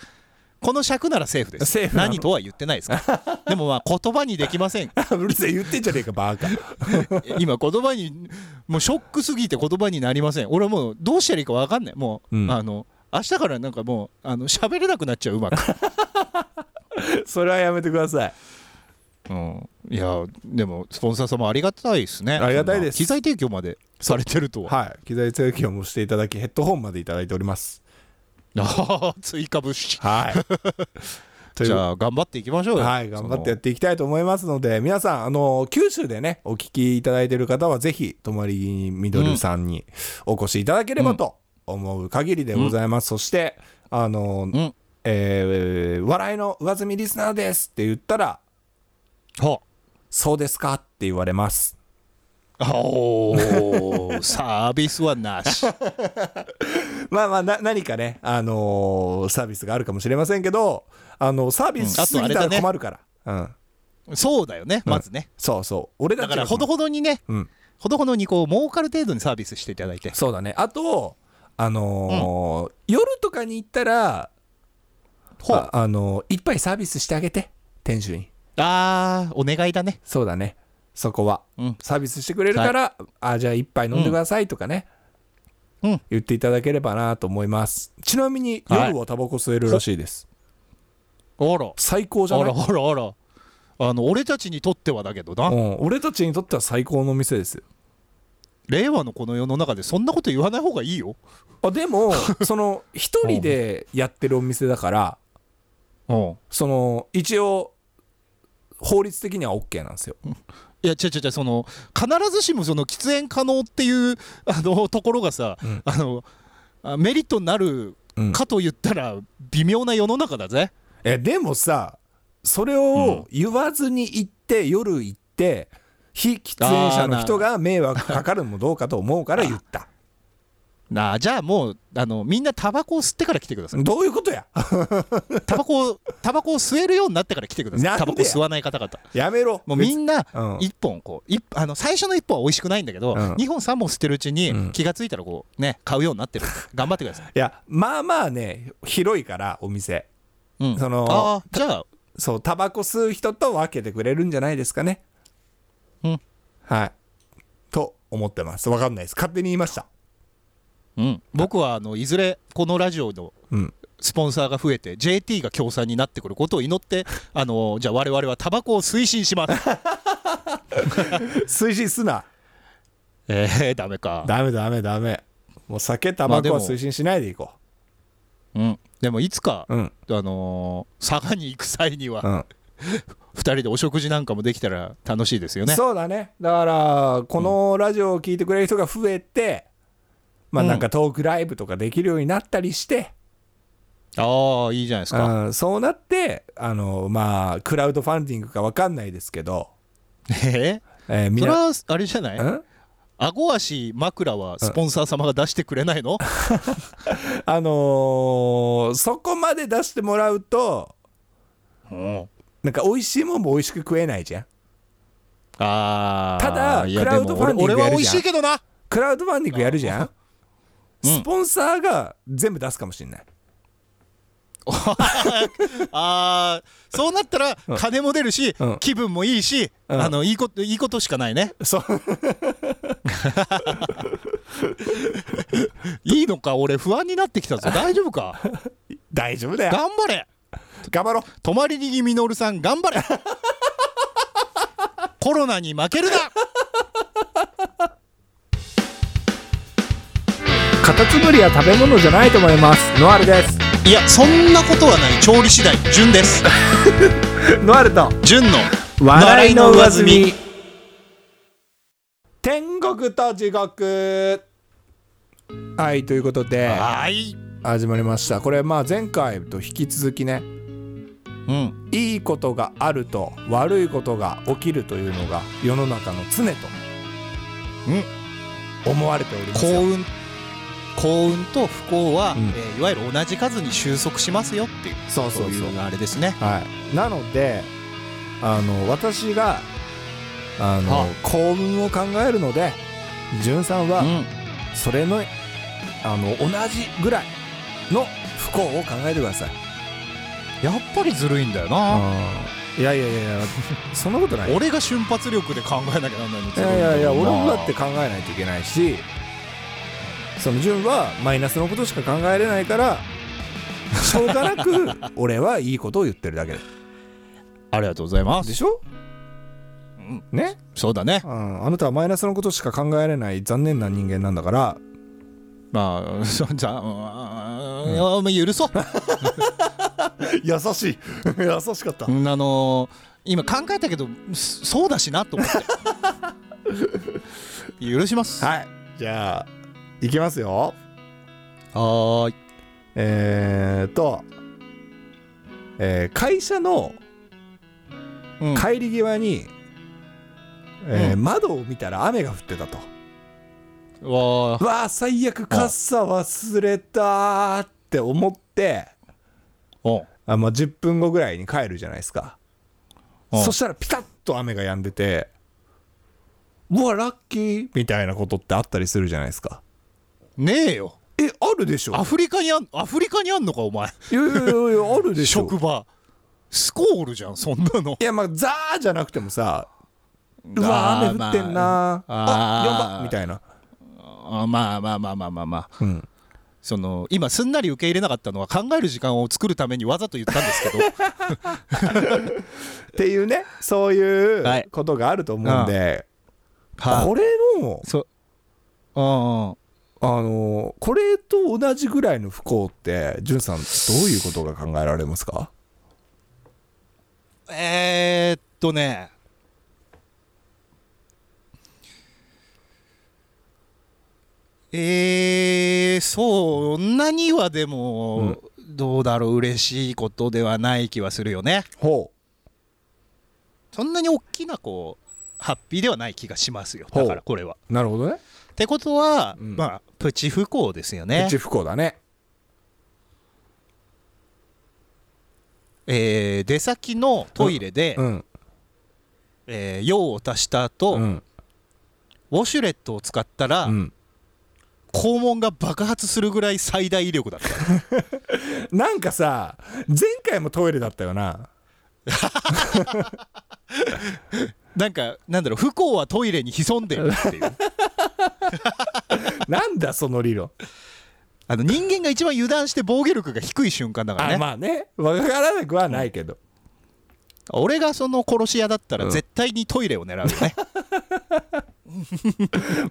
Speaker 2: この尺ならセーフです
Speaker 1: セーフなの
Speaker 2: 何とは言ってないですから でもまあ言葉にできません
Speaker 1: うるせえ言ってんじゃねえかバカ
Speaker 2: 今言葉にもうショックすぎて言葉になりません俺はもうどうしたらいいか分かんないもう、
Speaker 1: うん
Speaker 2: あの明日からなんかもうあの喋れなくなっちゃううまく、
Speaker 1: それはやめてください
Speaker 2: うん、いやでもスポンサー様ありがたいですね
Speaker 1: ありがたいです
Speaker 2: そんな機材提供までされてるとは
Speaker 1: はい機材提供もしていただきヘッドホンまでいただいております
Speaker 2: あー 追加物資
Speaker 1: はい という
Speaker 2: じゃあ頑張っていきましょうよ
Speaker 1: はい、頑張ってや
Speaker 2: そ
Speaker 1: っていきたいと思いますので、皆さん、あの、九州でね、お聞きいただいている方は、ぜひ、泊まりみどるさんにお越しいただければと思う限りでございます。そして、あの、
Speaker 2: の
Speaker 1: えー笑いの上積みリスナーですって言ったら、
Speaker 2: うんは
Speaker 1: そうですかって言われます。
Speaker 2: お ーサービスはなし
Speaker 1: まあまあ、な何かね、あのーサービスがあるかもしれませんけど、あの、サービスしすぎ
Speaker 2: うんあ
Speaker 1: た
Speaker 2: とあれだ
Speaker 1: ら
Speaker 2: ね
Speaker 1: 困るから。うん。
Speaker 2: そうだよねまずね、
Speaker 1: そうそう。俺た
Speaker 2: だ
Speaker 1: ちが
Speaker 2: からほどほどにね
Speaker 1: うん。
Speaker 2: ほどほどにこう儲かる程度にサービスしていただいて
Speaker 1: そうだねあとあのー夜とかに行ったら
Speaker 2: ほう
Speaker 1: あ、あのーいっぱいサービスしてあげて店主に
Speaker 2: あーお願いだね
Speaker 1: そうだねそこは
Speaker 2: うん
Speaker 1: サービスしてくれるから、あじゃあ一杯飲んでくださいとかね、
Speaker 2: うん
Speaker 1: 言っていただければなと思いますちなみに
Speaker 2: はい
Speaker 1: 夜はタバコ吸えるらしいです、
Speaker 2: あら
Speaker 1: 最高じゃ
Speaker 2: あ
Speaker 1: な
Speaker 2: ら
Speaker 1: い、
Speaker 2: あらあらあの俺たちにとってはだけどな、
Speaker 1: うん、俺たちにとっては最高の店ですよ
Speaker 2: 令和のこの世の中でそんなこと言わない方がいいよ
Speaker 1: あで もその一人でやってるお店だから
Speaker 2: うん
Speaker 1: その一応法律的には OK なんですよ
Speaker 2: いや違う違う違うその必ずしもその喫煙可能っていう あのところがさ、
Speaker 1: ん
Speaker 2: あのあメリットになる
Speaker 1: うん
Speaker 2: かと言ったら微妙な世の中だぜ、
Speaker 1: えでもさそれを言わずに行って、夜行って非喫煙者の人が迷惑かかるのもどうかと思うから言った
Speaker 2: なあじゃあもうあのみんなタバコを吸ってから来てください
Speaker 1: どういうことや
Speaker 2: タバコをタバコを吸えるようになってから来てくださ
Speaker 1: なん
Speaker 2: い
Speaker 1: で
Speaker 2: タバコ吸わない方々
Speaker 1: やめろ
Speaker 2: もうみんな
Speaker 1: うん
Speaker 2: 一本こう一あの最初の一本は美味しくないんだけど、
Speaker 1: うん
Speaker 2: 二本三本吸ってるうち
Speaker 1: う
Speaker 2: に
Speaker 1: ん
Speaker 2: 気がついたらこうね買うようになってる頑張ってください、
Speaker 1: いやまあまあね広いからお店
Speaker 2: うん、
Speaker 1: その
Speaker 2: ああじゃあ
Speaker 1: そうタバコ吸う人と分けてくれるんじゃないですかね
Speaker 2: うん
Speaker 1: はいと思ってますわかんないです勝手に言いました
Speaker 2: うん、僕はあのいずれこのラジオの
Speaker 1: うん
Speaker 2: スポンサーが増えて JT が協賛になってくることを祈ってあのじゃあ我々はタバコを推進します
Speaker 1: 推進すな
Speaker 2: えー、ダメか
Speaker 1: ダメダメダメもう酒タ
Speaker 2: ま
Speaker 1: バ
Speaker 2: あで
Speaker 1: コは
Speaker 2: も
Speaker 1: 推進しないでいこ
Speaker 2: うんでもいつか、
Speaker 1: ううん
Speaker 2: あのー佐賀に行く際には、
Speaker 1: うん
Speaker 2: 2人でお食事なんかもできたら楽しいですよね
Speaker 1: そうだねだからこのラジオを聞いてくれる人が増えて、まあ
Speaker 2: うん
Speaker 1: なんかトークライブとかできるようになったりして、
Speaker 2: ああいいじゃないです
Speaker 1: う
Speaker 2: か
Speaker 1: んそうなってあのまあクラウドファンディングか分かんないですけど、
Speaker 2: え
Speaker 1: えー、み
Speaker 2: そ
Speaker 1: ん
Speaker 2: れ
Speaker 1: な
Speaker 2: はあれじゃない
Speaker 1: うん
Speaker 2: 顎足枕はスポンサー様が出してくれないの
Speaker 1: あのーそこまで出してもらうと
Speaker 2: うん
Speaker 1: なんか美味しいもんも美味しく食えないじゃん
Speaker 2: ああ
Speaker 1: ただ
Speaker 2: いや
Speaker 1: クラウドファンディング
Speaker 2: でも俺俺は
Speaker 1: や
Speaker 2: 美
Speaker 1: る
Speaker 2: 味
Speaker 1: じゃん
Speaker 2: しいけどな
Speaker 1: クラウドファンディングやるじゃん
Speaker 2: うん
Speaker 1: スポンサーが全部出すかもしれない
Speaker 2: あーそうなったら金も出るし、
Speaker 1: うん
Speaker 2: 気分もいいし、
Speaker 1: うん
Speaker 2: あのいいこといいことしかないね
Speaker 1: そう
Speaker 2: いいのか俺不安になってき たぞ大丈夫か
Speaker 1: 大丈夫だよ
Speaker 2: 頑張れ
Speaker 1: 頑張ろう
Speaker 2: 泊まりにみのるさん頑張れコロナに負けるな
Speaker 1: カタツムリは食べ物じゃないと思いますノアルです
Speaker 2: いやそんなことはない調理次第順です
Speaker 1: ノアルと
Speaker 2: 順の
Speaker 1: 笑
Speaker 2: 笑
Speaker 1: い
Speaker 2: い
Speaker 1: の
Speaker 2: の
Speaker 1: 上
Speaker 2: 上
Speaker 1: 積
Speaker 2: 積
Speaker 1: み
Speaker 2: み
Speaker 1: 天国と地獄はいということで
Speaker 2: はい
Speaker 1: 始まりましたこれまあ前回と引き続きね
Speaker 2: うん
Speaker 1: いいことがあると悪いことが起きるというのが世の中の常と思われております
Speaker 2: 幸
Speaker 1: よ
Speaker 2: 運幸運と不幸は、
Speaker 1: うん
Speaker 2: えーいわゆる同じ数に収束しますよっていう
Speaker 1: そう
Speaker 2: そ
Speaker 1: そうう
Speaker 2: い
Speaker 1: そうう
Speaker 2: のがあれですね
Speaker 1: はい、なのであの私があの
Speaker 2: は
Speaker 1: 幸運を考えるのでじゅんさん
Speaker 2: う
Speaker 1: は
Speaker 2: ん
Speaker 1: それのあの同じぐらいの不幸を考えてください
Speaker 2: やっぱりずるいんだよな、
Speaker 1: いやいやいやいや そんなことない
Speaker 2: 俺が瞬発力で考えなきゃなんないの
Speaker 1: いやいやいや俺もだって考えないといけないしその潤はマイナスのことしか考えれないからしょうがな く俺はいいことを言ってるだけで
Speaker 2: ありがとうございます
Speaker 1: でしょ
Speaker 2: うん
Speaker 1: ね
Speaker 2: そうだね
Speaker 1: うんあなたはマイナスのことしか考えれない残念な人間なんだから
Speaker 2: まあそうじゃあうんいやお前許そう
Speaker 1: 優しい 優しかった
Speaker 2: うんあのー今考えたけどそそうだしなと思って 許しますは
Speaker 1: はいじゃあいきますよ
Speaker 2: ーい
Speaker 1: えー、っと、えー会社の
Speaker 2: うん
Speaker 1: 帰り際に、えー
Speaker 2: う
Speaker 1: 窓を見たら雨が降ってたと
Speaker 2: わー
Speaker 1: わあ最悪傘忘れたーって思って
Speaker 2: お
Speaker 1: あ、まあ、10分後ぐらいに帰るじゃないですか
Speaker 2: うん
Speaker 1: そしたらピタッと雨が止んでてうわラッキーみたいなことってあったりするじゃないですか
Speaker 2: ねえよ
Speaker 1: えあるでしょ
Speaker 2: アフリカにあんアフリカにあんのかお前
Speaker 1: いやいやいやいやあるでしょ
Speaker 2: 職場スコールじゃんそんな の
Speaker 1: いやまあザーじゃなくてもさうわ雨降ってんなあ,、
Speaker 2: まあ
Speaker 1: や
Speaker 2: あ
Speaker 1: ば
Speaker 2: ー
Speaker 1: みたいな
Speaker 2: あまあまあまあまあまあまあ
Speaker 1: うん
Speaker 2: その今すんなり受け入れなかったのは考える時間を作るためにわざと言ったんです けど
Speaker 1: っていうねそういう
Speaker 2: はい
Speaker 1: ことがあると思うんで、
Speaker 2: はい
Speaker 1: これの
Speaker 2: そうんうん
Speaker 1: あのこれと同じぐらいの不幸ってじゅんさんどういうことが考えられますか
Speaker 2: えー、っとねえー、そんなにはでも、どうだろう嬉しいことではない気はするよね
Speaker 1: ほ
Speaker 2: そんなに大きなこうハッピーではない気がしますよだからこれは
Speaker 1: うなるほどね
Speaker 2: ってことは、
Speaker 1: うん
Speaker 2: まあプチ不幸ですよ
Speaker 1: う
Speaker 2: ね
Speaker 1: ち不幸だね
Speaker 2: えー出先のトイレで、
Speaker 1: うん
Speaker 2: えー用を足した後、
Speaker 1: うん
Speaker 2: ウォシュレットを使ったら、
Speaker 1: うん
Speaker 2: 肛門が爆発するぐらい最大威力だった
Speaker 1: なんかさ前回もトイレだったよ な
Speaker 2: なんかなんだろう不幸はトイレに潜んでるっていう
Speaker 1: なんだその理論
Speaker 2: あの人間が一番油断して防御力が低い瞬間だからね
Speaker 1: あまあねわからなくはないけど、
Speaker 2: 俺がその殺し屋だった
Speaker 3: う
Speaker 2: ら
Speaker 3: ん
Speaker 2: 絶対にトイレを狙う よね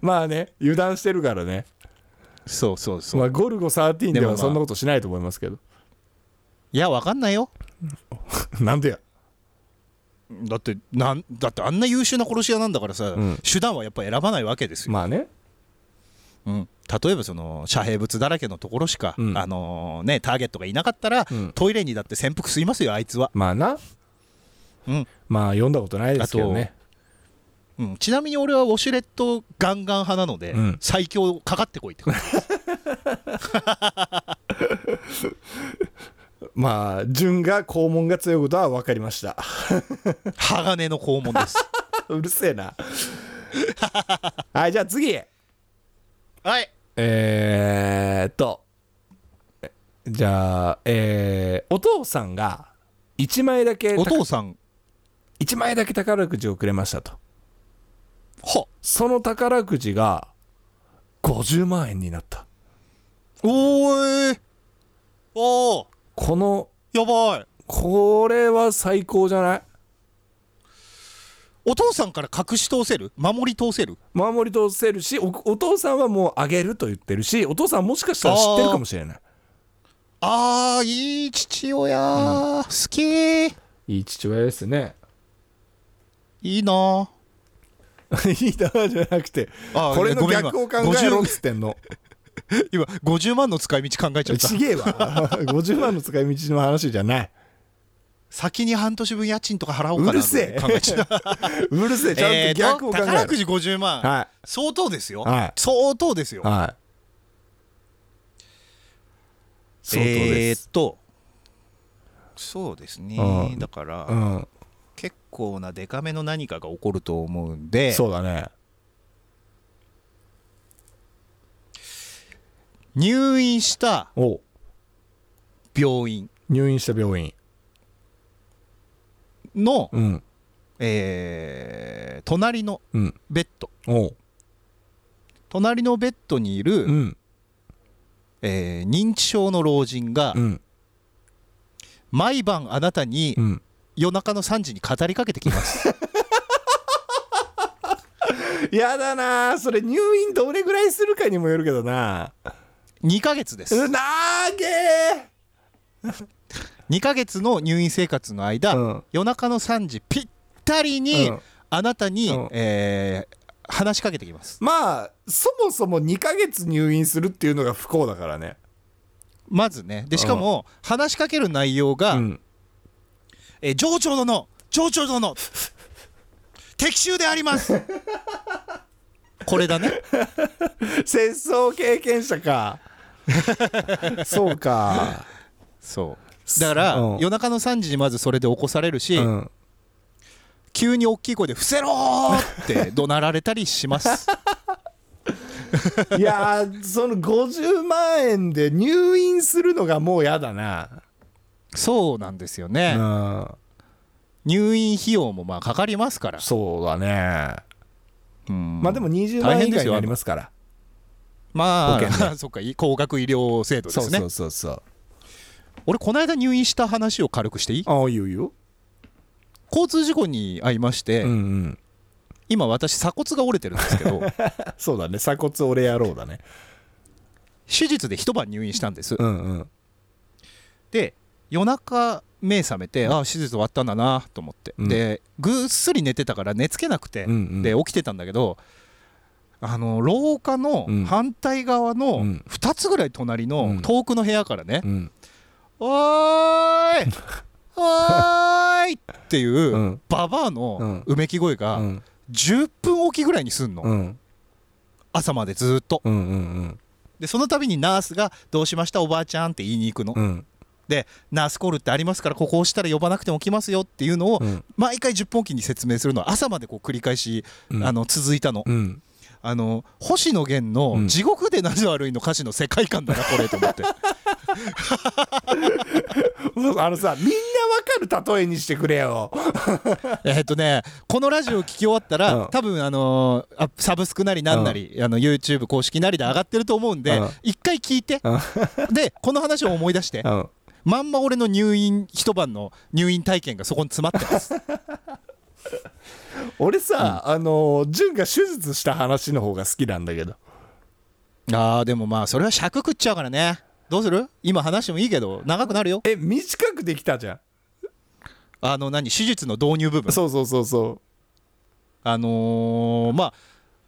Speaker 1: まあね油断してるからね
Speaker 2: そうそうそう
Speaker 1: まあ、ゴルゴ13
Speaker 2: で
Speaker 1: で
Speaker 2: もまあ
Speaker 1: はそんなことしないと思いますけど
Speaker 2: いやわかんないよ
Speaker 1: なんでや
Speaker 2: だってなんだってあんな優秀な殺し屋なんだからさ、
Speaker 1: うん
Speaker 2: 手段はやっぱ選ばないわけですよ、
Speaker 1: まあね
Speaker 2: うん、例えばその遮蔽物だらけのところしか、
Speaker 1: うん
Speaker 2: あのね、ターゲットがいなかったら、
Speaker 1: うん
Speaker 2: トイレにだって潜伏吸いますよあいつは、
Speaker 1: まあな
Speaker 2: うん
Speaker 1: まあ読んだことないですけどね
Speaker 2: うん、ちなみに俺はウォシュレットガンガン派なので、
Speaker 1: うん
Speaker 2: 最強かかってこいって 感じ
Speaker 1: まあ順が肛門が強いことは分かりました
Speaker 2: 鋼の肛門です
Speaker 1: うるせえ なはいじゃあ次
Speaker 2: はい
Speaker 1: えーっとえじゃあえーお父さんが1枚だけ
Speaker 2: お父さん
Speaker 1: 1枚だけ宝くじをくれましたと
Speaker 2: は
Speaker 1: その宝くじが50万円になった
Speaker 2: おーいおー
Speaker 1: この
Speaker 2: やばい
Speaker 1: これは最高じゃない
Speaker 2: お父さんから隠し通せる守り通せる
Speaker 1: 守り通せるしおお父さんはもうあげると言ってるしお父さんはもしかしたら知ってるかもしれない
Speaker 2: あーいい父親、好きー
Speaker 1: いい父親ですね
Speaker 2: いいなー
Speaker 1: いいなじゃなくて
Speaker 2: あー
Speaker 1: これ
Speaker 2: ご
Speaker 1: の
Speaker 2: めん今
Speaker 1: 逆を考えろっ
Speaker 2: 50
Speaker 1: つってんの
Speaker 2: 今50万の使い道考えちゃった
Speaker 1: ちげえわ 50万の使い道の話じゃない
Speaker 2: 先に半年分家賃とか払おうかな
Speaker 1: うるせえ
Speaker 2: 考えちゃった
Speaker 1: うるせえ ちゃん
Speaker 2: え
Speaker 1: と
Speaker 2: ーと
Speaker 1: 逆を考えろ、
Speaker 2: 宝くじ50万、
Speaker 1: は
Speaker 2: 相当ですよ、
Speaker 1: はい
Speaker 2: 相当ですよ
Speaker 1: いはい相当です、
Speaker 2: えー、とそうですね、
Speaker 1: うん
Speaker 2: だから、
Speaker 1: うん
Speaker 2: 結構なデカめの何かが起こると思うんで
Speaker 1: そうだね
Speaker 2: 入院した
Speaker 1: おう
Speaker 2: 病院
Speaker 1: 入院した病院
Speaker 2: の、
Speaker 1: うん
Speaker 2: えー隣の
Speaker 1: うん
Speaker 2: ベッド
Speaker 1: おう
Speaker 2: 隣のベッドにいる、
Speaker 1: うん
Speaker 2: えー認知症の老人が、
Speaker 1: うん
Speaker 2: 毎晩あなたに、
Speaker 1: うん
Speaker 2: 夜中の3時に語りかけてきます
Speaker 1: やだなあそれ入院どれぐらいするかにもよるけどな
Speaker 2: 2ヶ月です
Speaker 1: うなーげえ
Speaker 2: 2ヶ月の入院生活の間、
Speaker 1: うん
Speaker 2: 夜中の3時ぴったりに、
Speaker 1: うん
Speaker 2: あなたに、
Speaker 1: うん
Speaker 2: えー話しかけてきます
Speaker 1: まあそもそも2ヶ月入院するっていうのが不幸だからね
Speaker 2: まずねでしかも、話しかける内容が「
Speaker 1: うん
Speaker 2: えー上長殿上長殿敵襲であります」これだね
Speaker 1: 戦争経験者 かそうか
Speaker 2: そうだから、
Speaker 1: うん
Speaker 2: 夜中の3時にまずそれで起こされるし、
Speaker 1: うん
Speaker 2: 急に大きい声で「伏せろ!」って怒鳴られたりします
Speaker 1: いやーその50万円で入院するのがもうやだな
Speaker 2: そうなんですよね、
Speaker 1: うん
Speaker 2: 入院費用もまあかかりますから、
Speaker 1: そうだね
Speaker 2: うん
Speaker 1: まあでも20
Speaker 2: 大
Speaker 1: 万円
Speaker 2: 変
Speaker 1: 以
Speaker 2: で
Speaker 1: 外
Speaker 2: す
Speaker 1: に
Speaker 2: よ
Speaker 1: なりますから
Speaker 2: ま
Speaker 1: 保険
Speaker 2: あ そっかい高額医療制度で
Speaker 1: そ
Speaker 2: すね
Speaker 1: うそうそうそう
Speaker 2: 俺この間入院した話を軽くしていい
Speaker 1: ああいいよいいよ
Speaker 2: 交通事故に遭いまして、
Speaker 1: うんうん
Speaker 2: 今私鎖骨が折れてるんですけ ど
Speaker 1: そうだね鎖骨俺やろうだね
Speaker 2: 手術で一晩入院したんです、
Speaker 1: うんうん
Speaker 2: で夜中目覚めて、ああ手術終わったんだなと思って、
Speaker 1: うん
Speaker 2: でぐっすり寝てたから寝つけなくて、
Speaker 1: うんうん
Speaker 2: で起きてたんだけどあの廊下の
Speaker 1: うん
Speaker 2: 反対側
Speaker 1: う
Speaker 2: の
Speaker 1: ん
Speaker 2: 2つぐらい隣
Speaker 1: う
Speaker 2: の
Speaker 1: ん
Speaker 2: 遠くの部屋からね
Speaker 1: うん
Speaker 2: 「おーいおーい!」っていううんババアの
Speaker 1: う
Speaker 2: うめき声
Speaker 1: う
Speaker 2: が
Speaker 1: ん
Speaker 2: 10分おきぐらいにすんの、
Speaker 1: うん
Speaker 2: 朝までずーっと
Speaker 1: うんうん
Speaker 2: でその度にナースが「どうしましたおばあちゃん」って言いに行くの、
Speaker 1: うんうん
Speaker 2: でナースコールってありますからここ押したら呼ばなくても来ますよっていうのを
Speaker 1: うん
Speaker 2: 毎回10分おきに説明するのは朝までこう繰り返し、
Speaker 1: うん
Speaker 2: あの続いたの,、
Speaker 1: うん
Speaker 2: あの星野源
Speaker 1: う
Speaker 2: の
Speaker 1: ん
Speaker 2: 「地獄でなぜ悪い」の歌詞の世界観だなこれと思って
Speaker 1: あのさみんなわかる例えにしてくれよ
Speaker 2: えっとねこのラジオ聞き終わったら、
Speaker 1: うん
Speaker 2: 多分あのーあサブスクなりなんなり、あの YouTube 公式なりで上がってると思うんで
Speaker 1: うん
Speaker 2: 一、回聞いて、
Speaker 1: うん
Speaker 2: でこの話を思い出して、
Speaker 1: うん
Speaker 2: まんま俺の入院一晩の入院体験がそこに詰まってます
Speaker 1: 俺さ、あの潤が手術した話の方が好きなんだけど
Speaker 2: あーでもまあそれは尺食っちゃうからねどうする今話してもいいけど長くなるよ
Speaker 1: え短くできたじゃ
Speaker 2: あの何手術の導入部分
Speaker 1: んそうそうそうそ
Speaker 2: あのーまあ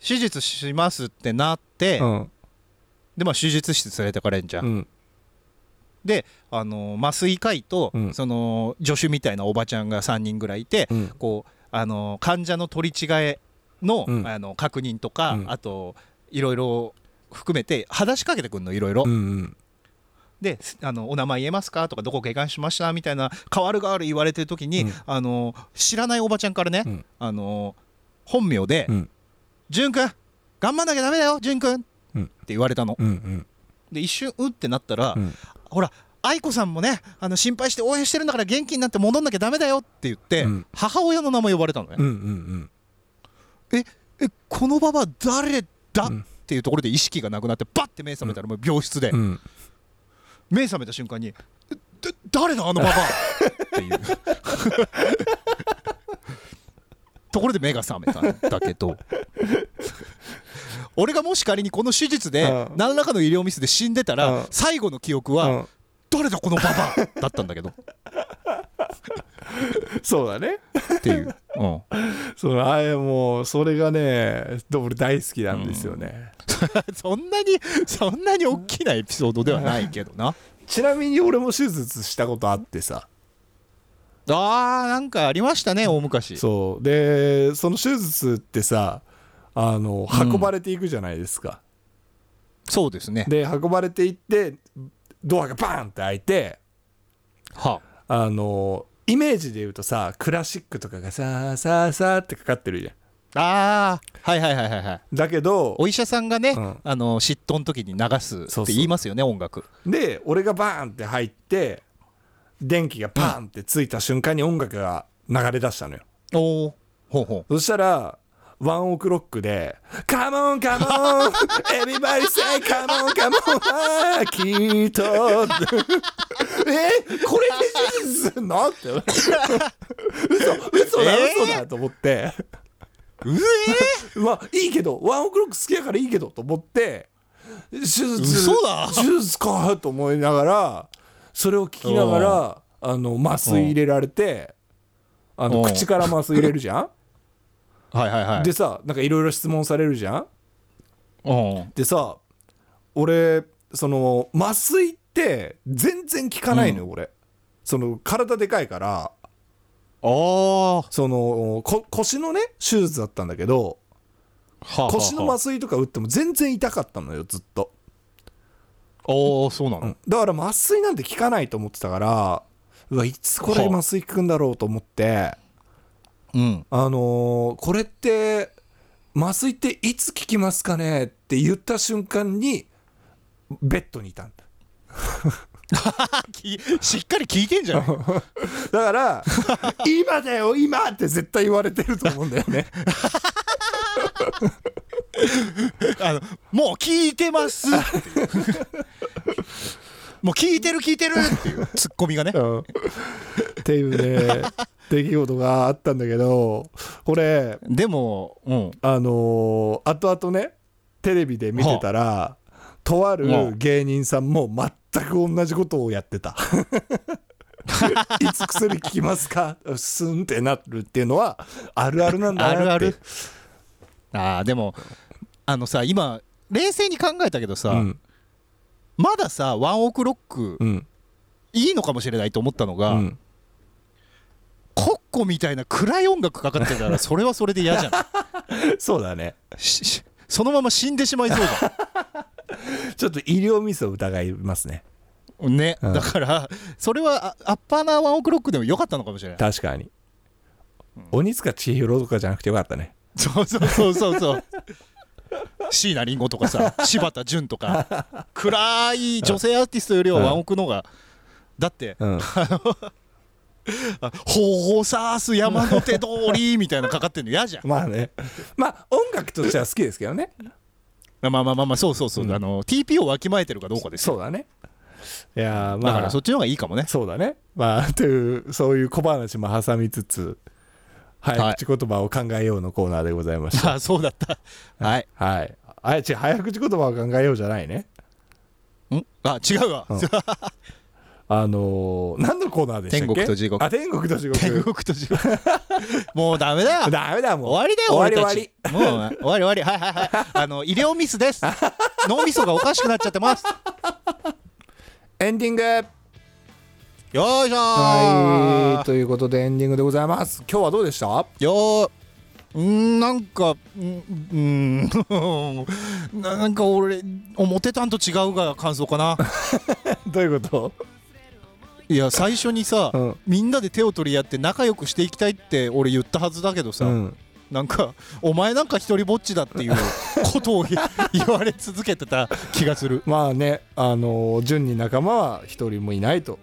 Speaker 2: 手術しますってなって、
Speaker 1: ううん
Speaker 2: でまあ手術室連れてかれんじゃん、
Speaker 1: うん
Speaker 2: で、あのー麻酔科医と、
Speaker 1: うん
Speaker 2: その助手みたいなおばちゃんが3人ぐらいいて、
Speaker 1: うん
Speaker 2: こう、あのー患者の取り違えの,、
Speaker 1: うん
Speaker 2: あの確認とか、
Speaker 1: うん
Speaker 2: あといろいろ含めて話しかけてくんのいろいろ、
Speaker 1: うんうん
Speaker 2: ですあの「お名前言えますか?」とか「どこ下患しました?」みたいな変わる変わる言われてる時に、
Speaker 1: うん
Speaker 2: あのー知らないおばちゃんからね、
Speaker 1: うん
Speaker 2: あのー本名で
Speaker 1: うん
Speaker 2: 「潤、くん頑張んなきゃダメだよ潤くん!」って
Speaker 1: うん
Speaker 2: 言われたの。
Speaker 1: うんうん
Speaker 2: で一瞬うってなったら、
Speaker 1: うん
Speaker 2: ほら愛子さんもねあの心配して応援してるんだから元気になって戻んなきゃダメだよって言って、
Speaker 1: うん
Speaker 2: 母親の名前呼ばれたのね、
Speaker 1: うんうん
Speaker 2: えこのババア誰だ、
Speaker 1: うん
Speaker 2: っていうところで意識がなくなってバッて目覚めたらもう病室で、
Speaker 1: うんうん
Speaker 2: 目覚めた瞬間にえ「だ誰だあ のババア」っていうところで目が覚めたんだけど俺がもし仮にこの手術で
Speaker 1: うん
Speaker 2: 何らかの医療ミスで死んでた
Speaker 1: うん
Speaker 2: ら最後の記憶は、
Speaker 1: うん
Speaker 2: 誰だこのババアだったんだけど
Speaker 1: そうだね
Speaker 2: っていう、うん、
Speaker 1: そのあれもうそれがねど俺大好きなんですよね、
Speaker 2: そんなにそんなに大きなエピソードではないけどな
Speaker 1: ちなみに俺も手術したことあってさ
Speaker 2: あーなんかありましたね大昔
Speaker 1: そうでその手術ってさあの
Speaker 2: うん
Speaker 1: 運ばれていくじゃないですか、
Speaker 2: そうですね
Speaker 1: で運ばれていってドアがバーンって開いて
Speaker 2: は
Speaker 1: あのイメージで言うとさクラシックとかがさあさあさあってかかってるじゃん
Speaker 2: ああはいはいはいはいはい
Speaker 1: だけど
Speaker 2: お医者さんがね、
Speaker 1: うん
Speaker 2: あの嫉妬の時に流す
Speaker 1: そうそう
Speaker 2: って言いますよね音楽
Speaker 1: で俺がバーンって入って電気がバーンってついた瞬間に音楽が流れ出したのよ
Speaker 2: おおほうほ
Speaker 1: そしたら、ワンオクロックで、カモンカモ ン Everybody say カモンカモンきっと えこれで手術すんのって。嘘、嘘だ、
Speaker 2: えー
Speaker 1: 嘘だと思って。
Speaker 2: ううえ
Speaker 1: まあ、いいけど、ワンオクロック好きやからいいけどと思って、手術、
Speaker 2: 嘘だ
Speaker 1: 手術かと思いながら、それを聞きながら、あの、麻酔入れられて、あの、
Speaker 2: うん
Speaker 1: 口から麻酔入れるじゃん
Speaker 2: ー、 はいはいはい
Speaker 1: でさなんかいろいろ質問されるじゃん
Speaker 2: うん
Speaker 1: でさ俺その麻酔って全然効かないのよ、俺その体でかいから
Speaker 2: あ
Speaker 1: そのこ腰のね手術だったんだけど
Speaker 2: あ
Speaker 1: 腰の麻
Speaker 2: ス
Speaker 1: 酔とか打っても全然痛かったのよずっと、
Speaker 2: おおそうな
Speaker 1: う
Speaker 2: の、
Speaker 1: んだから麻酔なんて効かないと思ってたからうわいつこれ麻酔効くんだろうと思って
Speaker 2: うん、
Speaker 1: あのーこれって麻酔っていつ効きますかねって言った瞬間にベッドにいたんだ
Speaker 2: きしっかり聞いてんじ ゃん
Speaker 1: だから「今だよ今!」って絶対言われてると思うんだよね
Speaker 2: あのもう聞いてますっていう もう聞いてる聞いてるっていうツッコミがね
Speaker 1: うんっていうね出来事があったんだけどこれ
Speaker 2: でも、うん、
Speaker 1: あのー後々ねテレビで見てたら、とある芸人さんも全く同じことをやってたいつ薬効きますかスンってなるっていうのはあるあるなんだなって
Speaker 2: あるあるあーでもあのさ今冷静に考えたけどさ、
Speaker 1: うん
Speaker 2: まださワンオクロック、
Speaker 1: うん
Speaker 2: いいのかもしれないと思ったの
Speaker 1: う
Speaker 2: が、
Speaker 1: ん
Speaker 2: コッコみたいな暗い音楽かかってたらそれはそれで嫌じ ゃん
Speaker 1: そうだね
Speaker 2: ししそのまま死んでしまいそう
Speaker 1: ちょっと医療ミスを疑いますね
Speaker 2: じゃんね、
Speaker 1: うん
Speaker 2: だからそれはあアッパーなワンオクロックでもよかったのかもし れない
Speaker 1: 確かに、鬼塚千尋とかじゃなくてよかったね
Speaker 2: そうそうそうそうそう椎名林檎とか さ柴田純とか暗い女性アーティストよりはワンオクの方が、だって
Speaker 1: うん
Speaker 2: 「あほうさーす山の手通り」みたいなのかかってんの嫌 じゃん
Speaker 1: まあねまあ音楽としては好きですけどね
Speaker 2: まあまあまあまあそうそうそう、
Speaker 1: うん
Speaker 2: あの TPO をわきまえてるかどうかですよ
Speaker 1: そうだねいやーまあ
Speaker 2: だからそっちの方がいいかもね
Speaker 1: そうだね。まあ、という、そういう小話も挟みつつ、早口言葉を考えようのコーナーでございました。
Speaker 2: あそうだったはい
Speaker 1: はい。あやち、早口言葉を考えようじゃないね。
Speaker 2: んあ違うわ、
Speaker 1: うんあのー、何のコーナーでしたっけ
Speaker 2: 天国と地獄
Speaker 1: あ、天国と地獄。
Speaker 2: 天国と地 獄もうダメだよ
Speaker 1: ダメだもう。
Speaker 2: 終わり
Speaker 1: 終
Speaker 2: だよ
Speaker 1: わり
Speaker 2: 俺たちもう終わり終わりはいはいはいあの医療ミス です脳みそがおかしくなっちゃってます
Speaker 1: エンディング
Speaker 2: よいしょー
Speaker 1: はい。ということでエンディングでございます。今日はどうでした
Speaker 2: よーんーなんかうん ーんななんか俺思ってたんと違うが感想 かな
Speaker 1: どういうこと
Speaker 2: いや最初にさ、
Speaker 1: うん
Speaker 2: みんなで手を取り合って仲良くしていきたいって俺言ったはずだけどさ、
Speaker 1: うん。
Speaker 2: なんかお前なんか一人ぼっちだっていうことを言 言われ続けてた気がする
Speaker 1: まあね、あのー、順に仲間は一人もいないと。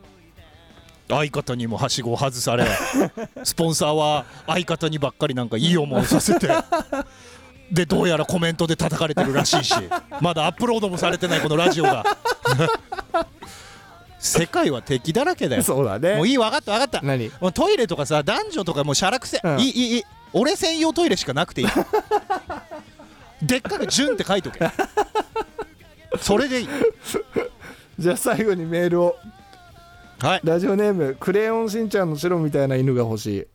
Speaker 2: 相方にもはしごを外され スポンサーは相方にばっかりなんかいい思いをさせてでどうやらコメントで叩かれてるらしいしまだアップロードもされてないこのラジオが 世界は敵だらけだよ
Speaker 1: そうだね。
Speaker 2: もういいわかったわかった
Speaker 1: 何
Speaker 2: もうトイレとかさ男女とかもうしゃらくせ、
Speaker 1: うん
Speaker 2: いいいいいい俺専用トイレしかなくていいでっかく「順」って書いとけそれでいい
Speaker 1: じゃあ最後にメールを。
Speaker 2: はい
Speaker 1: ラジオネームクレヨンしんちゃんの白みたいな犬が欲しい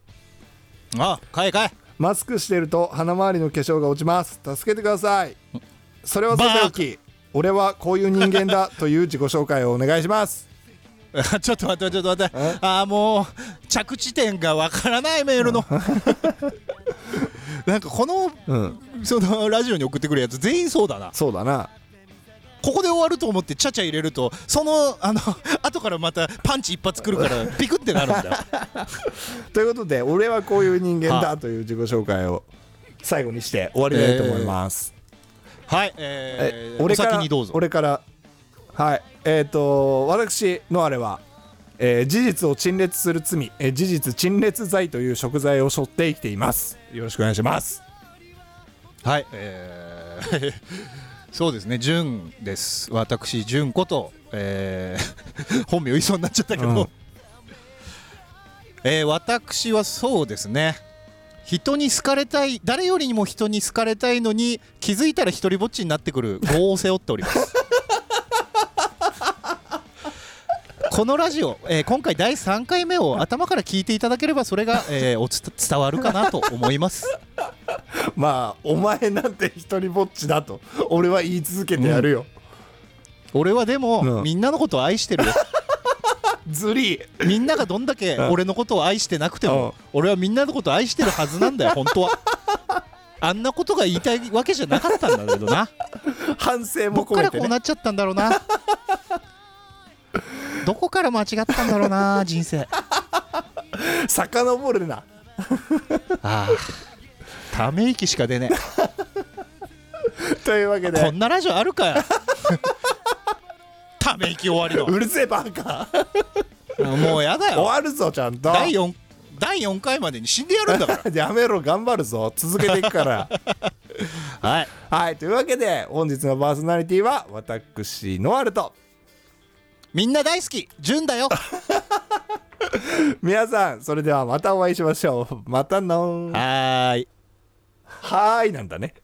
Speaker 2: あ買え買え
Speaker 1: マスクしてると鼻周りの化粧が落ちます助けてくださいそれはさておき俺はこういう人間だという自己紹介をお願いします
Speaker 2: あ ちょっと待ってちょっと待って
Speaker 1: え
Speaker 2: あーもう着地点がわからないメールの なんかこの
Speaker 1: うん
Speaker 2: そのラジオに送ってくるやつ全員そうだな
Speaker 1: そうだな
Speaker 2: ここで終わると思ってちゃちゃ入れるとそのあの後からまたパンチ一発くるからビクってなるんだよ
Speaker 1: ということで俺はこういう人間
Speaker 2: は
Speaker 1: だという自己紹介を最後にして終わりたいと思います、
Speaker 2: はいえー
Speaker 1: え俺か
Speaker 2: お
Speaker 1: ら
Speaker 2: 先にどうぞ
Speaker 1: 俺からはいえっ、と私のあれは、えー事実を陳列する罪、えー事実陳列罪という食材を背負って生きていますよろしくお願いします
Speaker 2: はいえー そうですね純です私純こと、えー 本名言いそうになっちゃったけど、
Speaker 1: うん
Speaker 2: えー私はそうですね人に好かれたい誰よりも人に好かれたいのに気づいたら一人ぼっちになってくる業を背負っております このラジオ、えー今回第3回目を頭から聞いていただければそれが、えーおつ伝わるかなと思います
Speaker 1: まあお前なんて一人ぼっちだと俺は言い続けてやるよ、
Speaker 2: 俺はでも、
Speaker 1: うん
Speaker 2: みんなのことを愛してる よ
Speaker 1: ずりー
Speaker 2: みんながどんだけ俺のことを愛してなくても、
Speaker 1: うん
Speaker 2: 俺はみんなのことを愛してるはずなんだよ本当は あんなことが言いたいわけじゃなかったんだけどな
Speaker 1: 反省
Speaker 2: ど
Speaker 1: も
Speaker 2: っか
Speaker 1: 込め
Speaker 2: ら
Speaker 1: て、
Speaker 2: こ
Speaker 1: ね、
Speaker 2: うなっちゃったんだろうな どこから間違ったんだろうな人生あ
Speaker 1: 遡るな
Speaker 2: あため息しか出ね
Speaker 1: というわけ
Speaker 2: えこ
Speaker 1: で
Speaker 2: んなラジオあるか よため息終わり
Speaker 1: うるせえバカ
Speaker 2: のもうやだ
Speaker 1: 終
Speaker 2: よ
Speaker 1: わるぞちゃんと
Speaker 2: 第 4, 第4回までに死んでやるんだか
Speaker 1: やめろ頑張るぞ続けていくから
Speaker 2: らはい
Speaker 1: はいというわけで本日のパーソナリティは私ノアルと
Speaker 2: みんな大好き純 だよ
Speaker 1: 皆さんそれではまたお会いしましょうまたのー
Speaker 2: はーい。
Speaker 1: はーいなんだね